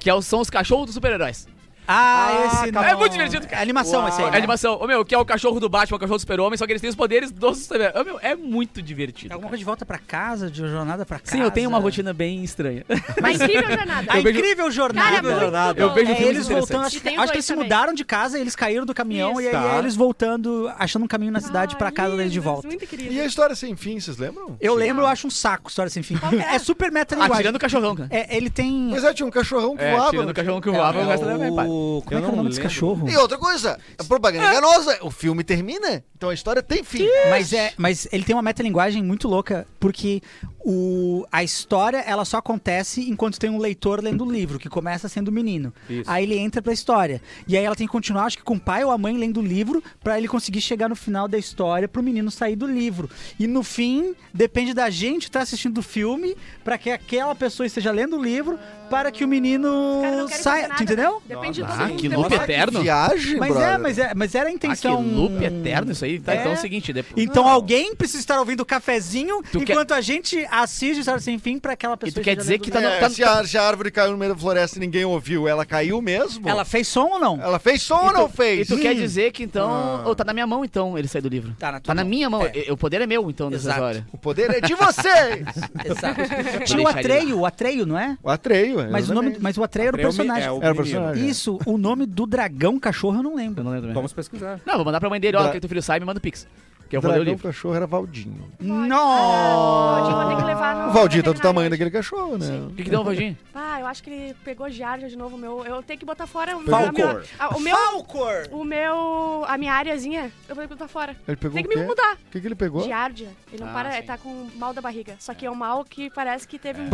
Que é o- são os cachorros dos super-heróis. Ah, esse não. cara, é muito divertido, cara. É animação esse aí. É né? a animação, ô meu, que é o cachorro do Batman, o cachorro do Super-Homem, só que eles têm os poderes dos super-heróis. Ô meu, é muito É divertido. Alguma cara. coisa de volta pra casa, de jornada pra casa. né? Sim, eu tenho uma rotina bem estranha. Mas incrível jornada. A Eu vejo- É incrível jornada. Cara, muito Leonardo. Eu vejo É, filmes eles voltando, interessantes. acho, E que, tem acho dois que eles se também. mudaram de casa, eles caíram do caminhão Isso. Tá, e aí Tá. é eles voltando, achando um caminho na cidade pra casa lindo, deles de volta. Muito querido. E a história sem fim, vocês lembram? Eu lembro, eu acho um saco, história sem fim. Qual que é? É super meta linguagem. Atirando o cachorrão, cara. É, ele tem. Mas é, tinha um cachorrão que É, voava. tirando não o cachorrão que voava, eu gosto da minha pai. o... Como Eu é que é não o nome desse lembro. cachorro? E outra coisa, é a Ah. propaganda enganosa. O filme termina, então a história tem fim. Mas, é, mas ele tem uma metalinguagem muito louca, porque o, a história ela só acontece enquanto tem um leitor lendo o livro, que começa sendo menino. Isso. Aí ele entra pra história. E aí ela tem que continuar, acho que com o pai ou a mãe lendo o livro, pra ele conseguir chegar no final da história, pro menino sair do livro. E no fim, depende da gente estar assistindo o filme, pra que aquela pessoa esteja lendo o livro, para que o menino Cara, não quero fazer saia. nada, Tu entendeu? né? Depende Ah, de todo mundo. que ter loop uma- eterno. Viagem, Mas brother. é, mas, é, mas era a Ah, que intenção. loop eterno isso aí. Tá, É. então é o seguinte, depois... Então alguém precisa estar ouvindo o cafezinho Tu quer- enquanto a gente assiste História Sem Fim pra aquela E pessoa. tu quer que já dizer leu que do tá livro. no... É, tá- se, a, se a árvore caiu no meio da floresta e ninguém ouviu, ela caiu mesmo? Ela fez som ou não? Ela fez som ou não E fez? Hum, tu quer dizer que então. Oh, tá na minha mão, então, ele sai do livro. Ah. Tá na tua Tá na mão. minha mão. É. E- O poder é meu, então, nessa Exato. história. O poder é de vocês! Exato. Vou Tinha o deixar ele lá. Atreio, o Atreio, não é? o atreio, Mas o, nome, exatamente. mas o Atreio era o Prêmio personagem. É o Era o menino. personagem. Isso, o nome do dragão cachorro eu não lembro. Eu não lembro mesmo. Vamos pesquisar. Não, vou mandar pra mãe dele, ó, Dra- que teu filho sai, me manda o pix. Que eu vou ler o Dragão livro. cachorro era Valdinho. Pode, vou ter que Não! levar no O Valdir tá do veterinário tamanho hoje. daquele cachorro, né? O que, que deu, Valdinho? Ah, eu acho que ele pegou Jarja de novo. Meu, eu tenho que botar fora o meu. Pegou a minha- cor. a- o meu. Falcor! O meu. A minha áreazinha, eu vou ter que botar fora. Ele pegou Tem que o quê? me mudar. O que, que ele pegou? Giardia. Ele não Ah, para, sim. É. ele tá com mal da barriga. Só que é um mal que parece que teve um.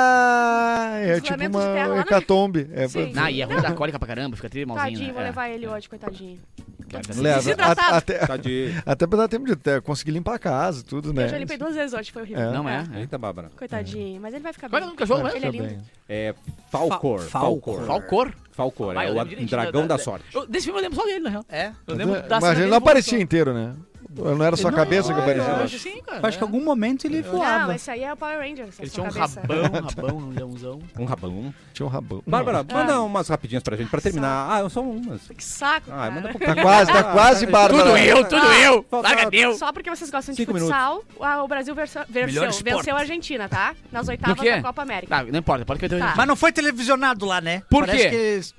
Bah! É tipo Isolamento de terra lá uma no- hecatombe. É, Sim. Ah, e é ruim da cólica pra caramba, fica tri malzinho. Tadinho, né? vou É. levar ele hoje, coitadinho. É. Cara, tá Leva. assim. Desidratado. A- até, Tá de. até pra dar tempo de até conseguir limpar a casa e tudo, né? Eu já limpei duas vezes hoje, foi horrível. É. Não é? é. Eita, Bárbara. Coitadinho, mas ele vai ficar Qual é o bem. nome do cachorro mesmo? Ele é lindo. É Falcor. Fa- Falcor. Falcor. Falcor, Ah, é eu o lembro a- direitinho dragão da, da- sorte. Eu- Desse filme eu lembro só dele, na real. É? Eu lembro da cena Mas ele dele não aparecia voltando. inteiro, né? Não era só a cabeça que Não, aparecia. eu né? acho sim, cara. Eu acho que em algum momento ele Não, voava. esse aí é o Power Rangers. Ele essa tinha um cabeça. rabão, um rabão, um leãozão. Um rabão. Tinha um rabão. Bárbara, manda umas rapidinhas pra gente, pra terminar. Ah, eu só umas. Que saco, Ah, cara. manda pra Tá quase, tá quase, Bárbara. Ah, Tudo eu, tudo eu! Falta- Larga Deus! Só porque vocês gostam de Cinco futsal, a- o Brasil verseu, verseu, esporte. venceu a Argentina, tá? Nas oitavas quê? da Copa América. Ah, não importa, pode que eu tenho. Tá. Mas não foi televisionado lá, né? Por Parece quê? que eles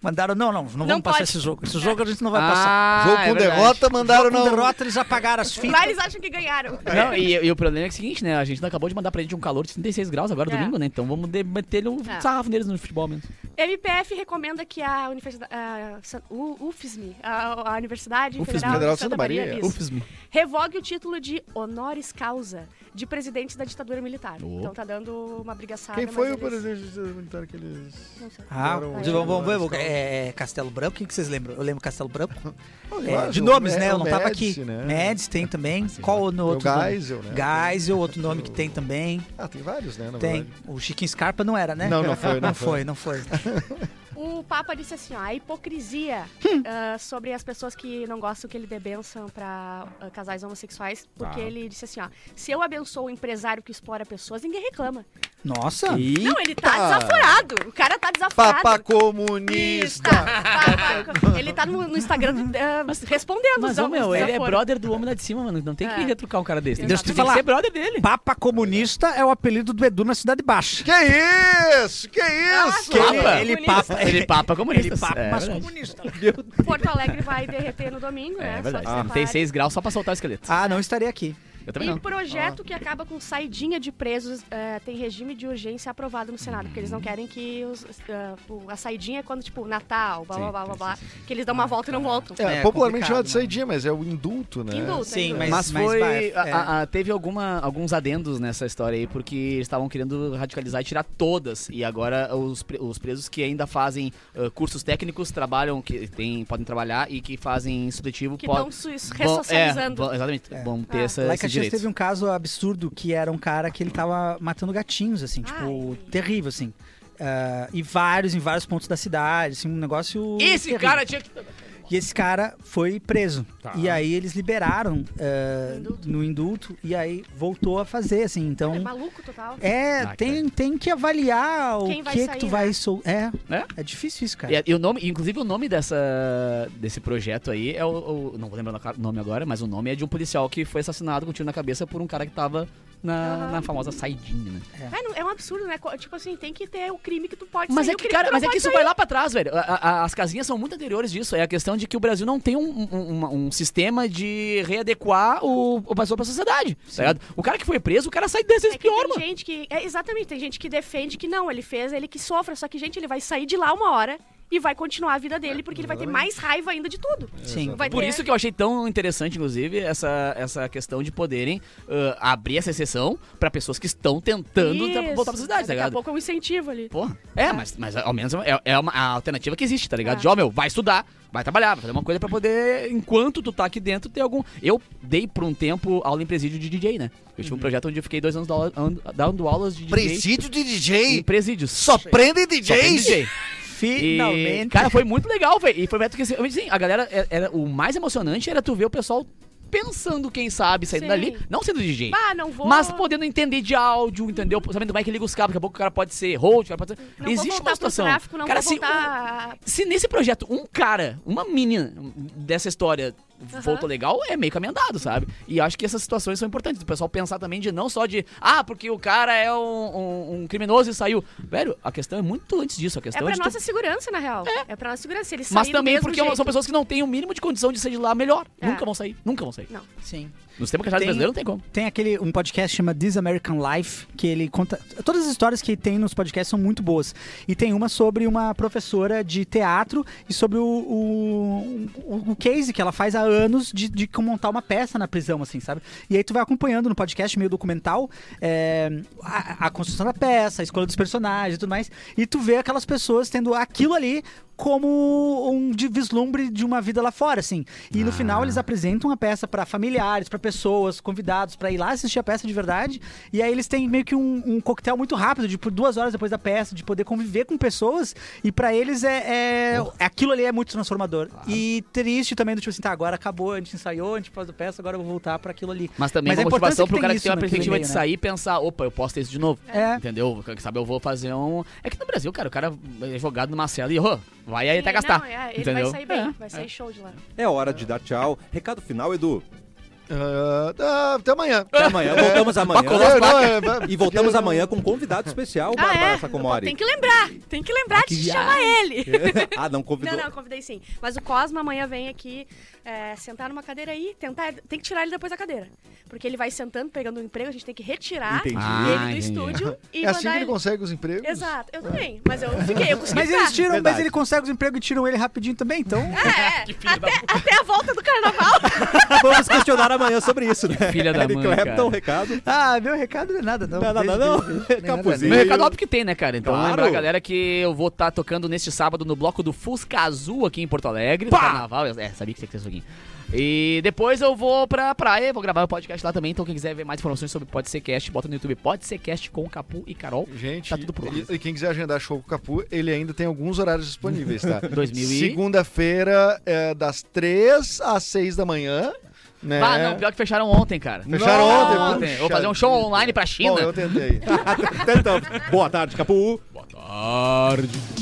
mandaram, não, não, não, vamos passar pode. esse jogo. Esse jogo a gente não vai passar. Ah, Jogo é com verdade. derrota, Com mandaram não. derrota, eles apagaram as fitas. Lá eles acham que ganharam. Tá, Não, e, e o problema é, que é o seguinte, né? A gente acabou de mandar pra gente um calor de 36 graus agora, É. domingo, né? Então vamos de- meter um É. sarrafo neles no futebol mesmo. MPF recomenda que a Universidade. a San- U- UFSM, a, a Universidade UFSM, Federal, Federal de Santa Maria, isso, Ufism. revogue o título de honoris causa de presidente da ditadura militar. Oh. Então tá dando uma brigaçada. Quem foi Ah, mas é o eles- presidente do Estado Militar que eles... não sei. Ah, Foram- de- vamos, vamos, vamos, é, é, Castelo Branco, o que que vocês lembram? Eu lembro Castelo Branco. É, Eu acho, de nomes, o né? Eu não Médici, tava aqui. né? Médici tem também. Qual no Tem o outro nome? Geisel, né? Geisel, outro nome que tem também. Ah, tem vários, né? na Tem. verdade. O Chiquinho Scarpa não era, né? Não, não foi, não Não foi. foi, não foi. O Papa disse assim: ó, a hipocrisia Hum. ah, sobre as pessoas que não gostam que ele dê bênção pra ah, casais homossexuais, porque Ah. Tá. ele disse assim: ó, se eu abençoo o empresário que explora pessoas, ninguém reclama. Nossa! Não, ele tá desaforado. O cara tá desaforado. Papa comunista. Comunista. Papa- Ele tá no, no Instagram ah, respondendo. Mas, os- ô, os meu, ele é desaforos. brother do homem lá de cima, mano. Não tem que um É. retrucar um cara desse. Deixa eu te tem falar. que ser brother dele. Papa comunista é o apelido do Edu na Cidade Baixa. Que isso? Que isso? Que Papa. Ele, ele papa. Ele papa comunista. Ele papa, é mas verdade. comunista. Porto Alegre vai derreter no domingo, né? É Só verdade. que Ah, separe. 36 graus só pra soltar o esqueleto. Ah, não estarei aqui. Eu também E não. Ah. projeto que acaba com saidinha de presos eh, tem regime de urgência aprovado no Senado, porque eles não querem que os, eh, o- a saidinha é quando, tipo, Natal, blá blá blá blá, blá que eles dão uma volta e Ah. não voltam. É, É popularmente complicado, chamado de né? saidinha, mas é o indulto, né? Indulto, Sim, indulto. mas- Mas foi. vai, é. a- a- teve alguma, alguns adendos nessa história aí, porque eles estavam querendo radicalizar e tirar todas. E agora os, pre- os presos que ainda fazem ah, cursos técnicos, trabalham, que tem, podem trabalhar e que fazem supletivo Que podem. estão se vão- ressocializando. É, vão- exatamente. Vão ter Ah. essa, Lá em esses Caxias direitos. teve um caso absurdo que era um cara que ele tava matando gatinhos, assim, tipo, Ai. terrível, assim. ah, e vários, em vários pontos da cidade, assim, um negócio. Esse terrível. cara tinha que. E esse cara foi preso. Tá. E aí eles liberaram ah, no indulto e aí voltou a fazer, assim. Então. É maluco total. É, Ah, tem, tem que avaliar o Quem vai que, que sair, tu né? vai soltar. É, É? é difícil isso, cara. E, e o nome, inclusive o nome dessa, desse projeto aí é o, o- Não vou lembrar o nome agora, mas o nome é de um policial que foi assassinado com um tiro na cabeça por um cara que tava na, Aham. na famosa saidinha, né? É, não- é um absurdo, né? Co- Tipo assim, tem que ter o crime que tu pode Mas sair, é o que, crime cara, tu não mas é que pode isso vai lá pra trás, velho. A- a- a- as casinhas são muito anteriores disso. É a questão de que o Brasil não tem um, um- uma- um sistema de readequar o, o pessoa pra sociedade. Tá ligado? O cara que foi preso, o cara sai desse É que pior, tem mano. gente que. É, exatamente, tem gente que defende que não, ele fez, ele que sofra. Só que, gente, ele vai sair de lá uma hora e vai continuar a vida dele, porque ele vai ter mais raiva ainda de tudo. Sim. Vai Por ter- isso que eu achei tão interessante, inclusive, essa, essa questão de poderem ah, abrir essa exceção pra pessoas que estão tentando tra- Isso, voltar pra sociedade, tá Daqui a ligado? pouco é um incentivo ali. Porra. É, mas, mas ao menos é, é uma a alternativa que existe, tá ligado? É. De, ó, meu, vai estudar, vai trabalhar, vai fazer uma coisa pra poder, enquanto tu tá aqui dentro, ter algum. Eu dei por um tempo aula em presídio de DJ, né? Eu tive um projeto onde eu fiquei dois anos da aula- and- dando aulas de DJ. Presídio de Em DJ. presídios. Só prendem DJs. Só tem DJ. E, Finalmente. cara, foi muito legal, velho. E foi muito que assim, assim, a galera é- era o mais emocionante era tu ver o pessoal pensando, quem sabe, saindo Sim. dali, não sendo DJ. Ah, não vou. Mas podendo entender de áudio, entendeu? Sabendo como é que liga os cabos, daqui a pouco o cara pode ser host, o cara pode ser... não vou Existe voltar uma situação. Pro tráfico, não cara, vou se, voltar... a- É um- se nesse projeto um cara, uma menina dessa história Aham. voltou legal, é meio caminho andado, sabe? E acho que essas situações são importantes. O pessoal pensar também de não só de, ah, porque o cara é um, um- um criminoso e saiu. Velho, a questão é muito antes disso. A É questão é, pra de tu- nossa segurança, na real. É, pra nossa segurança. Eles Mas também porque é são pessoas que não têm o mínimo de condição de sair de lá melhor. É. Nunca vão sair, nunca vão sair. Não. Sim. No sistema cachaça Tem- brasileiro não tem como. Tem aquele um podcast que chama This American Life, que ele conta. Todas as histórias que tem nos podcasts são muito boas. E tem uma sobre uma professora de teatro e sobre o, o, o- o case que ela faz há anos de, de como montar uma peça na prisão, assim, sabe? E aí tu vai acompanhando no podcast, meio documental, é, a, a construção da peça, a escolha dos personagens e tudo mais. E tu vê aquelas pessoas tendo aquilo ali como um de vislumbre de uma vida lá fora, assim. E no Ah. final eles apresentam a peça pra familiares, pra pessoas, convidados, pra ir lá assistir a peça de verdade. E aí eles têm meio que um, um coquetel muito rápido, de por duas horas depois da peça, de poder conviver com pessoas. E pra eles é, é- aquilo ali é muito transformador. E triste também do tipo assim, tá, agora acabou, a gente ensaiou, a gente faz a peça, agora eu vou voltar pra aquilo ali. Mas também Mas é a uma importância motivação que pro tem cara que isso tem uma naquele perspectiva de meio, né? sair e pensar, opa, eu posso ter isso de novo. É. Entendeu? Quem Sabe, eu vou fazer um. É que no Brasil, cara, o cara é jogado numa cela e "Ô, vai aí até Sim, gastar. não, é, ele entendeu? vai sair bem, É, vai sair show de lá. É hora de dar tchau. Recado final, Edu. Ah, tá, até amanhã. Até amanhã. Voltamos Não, amanhã. não, é, vai- E voltamos amanhã com um convidado especial, Bárbara Sacomori. Tem que lembrar, tem que lembrar de chamar ele. ah, não convidou. Não, não, convidei sim. Mas o Cosma amanhã vem aqui é, sentar numa cadeira aí, tentar. Tem que tirar ele depois da cadeira. Porque ele vai sentando, pegando um emprego, a gente tem que retirar Entendi. ele Ah, do entendi. estúdio e É mandar assim que ele ele. consegue os empregos? Exato, eu também. Mas eu fiquei, eu consegui Mas ficar. eles tiram, Verdade. mas ele consegue os empregos e tiram ele rapidinho também, então. É, é. até, até a volta do carnaval. Vamos questionar amanhã sobre isso, né? Filha da Eric mãe, Clapton, cara. recado. Ah, meu recado não é nada, não. Não, não, não, não. Capuzinho. Meu recado óbvio que tem, né, cara? Então Claro. lembrar a galera que eu vou estar tocando neste sábado no bloco do Fusca Azul aqui em Porto Alegre, no carnaval. É, sabia que você queria isso aqui. E depois eu vou pra praia, vou gravar o podcast lá também. Então quem quiser ver mais informações sobre Pode Ser Cast, bota no YouTube Pode Ser Cast com Capu e Carol. Gente, Tá tudo pronto. e, e quem quiser agendar show com o Capu, ele ainda tem alguns horários disponíveis, tá? 2000 e- Segunda-feira, é, das 3 às 6 da manhã. Né? Ah, não, pior que fecharam ontem, cara. Fecharam ontem, ontem. puxa Vou fazer um show vida. online pra China. Bom, eu tentei. Então, boa tarde, Capu. Boa tarde.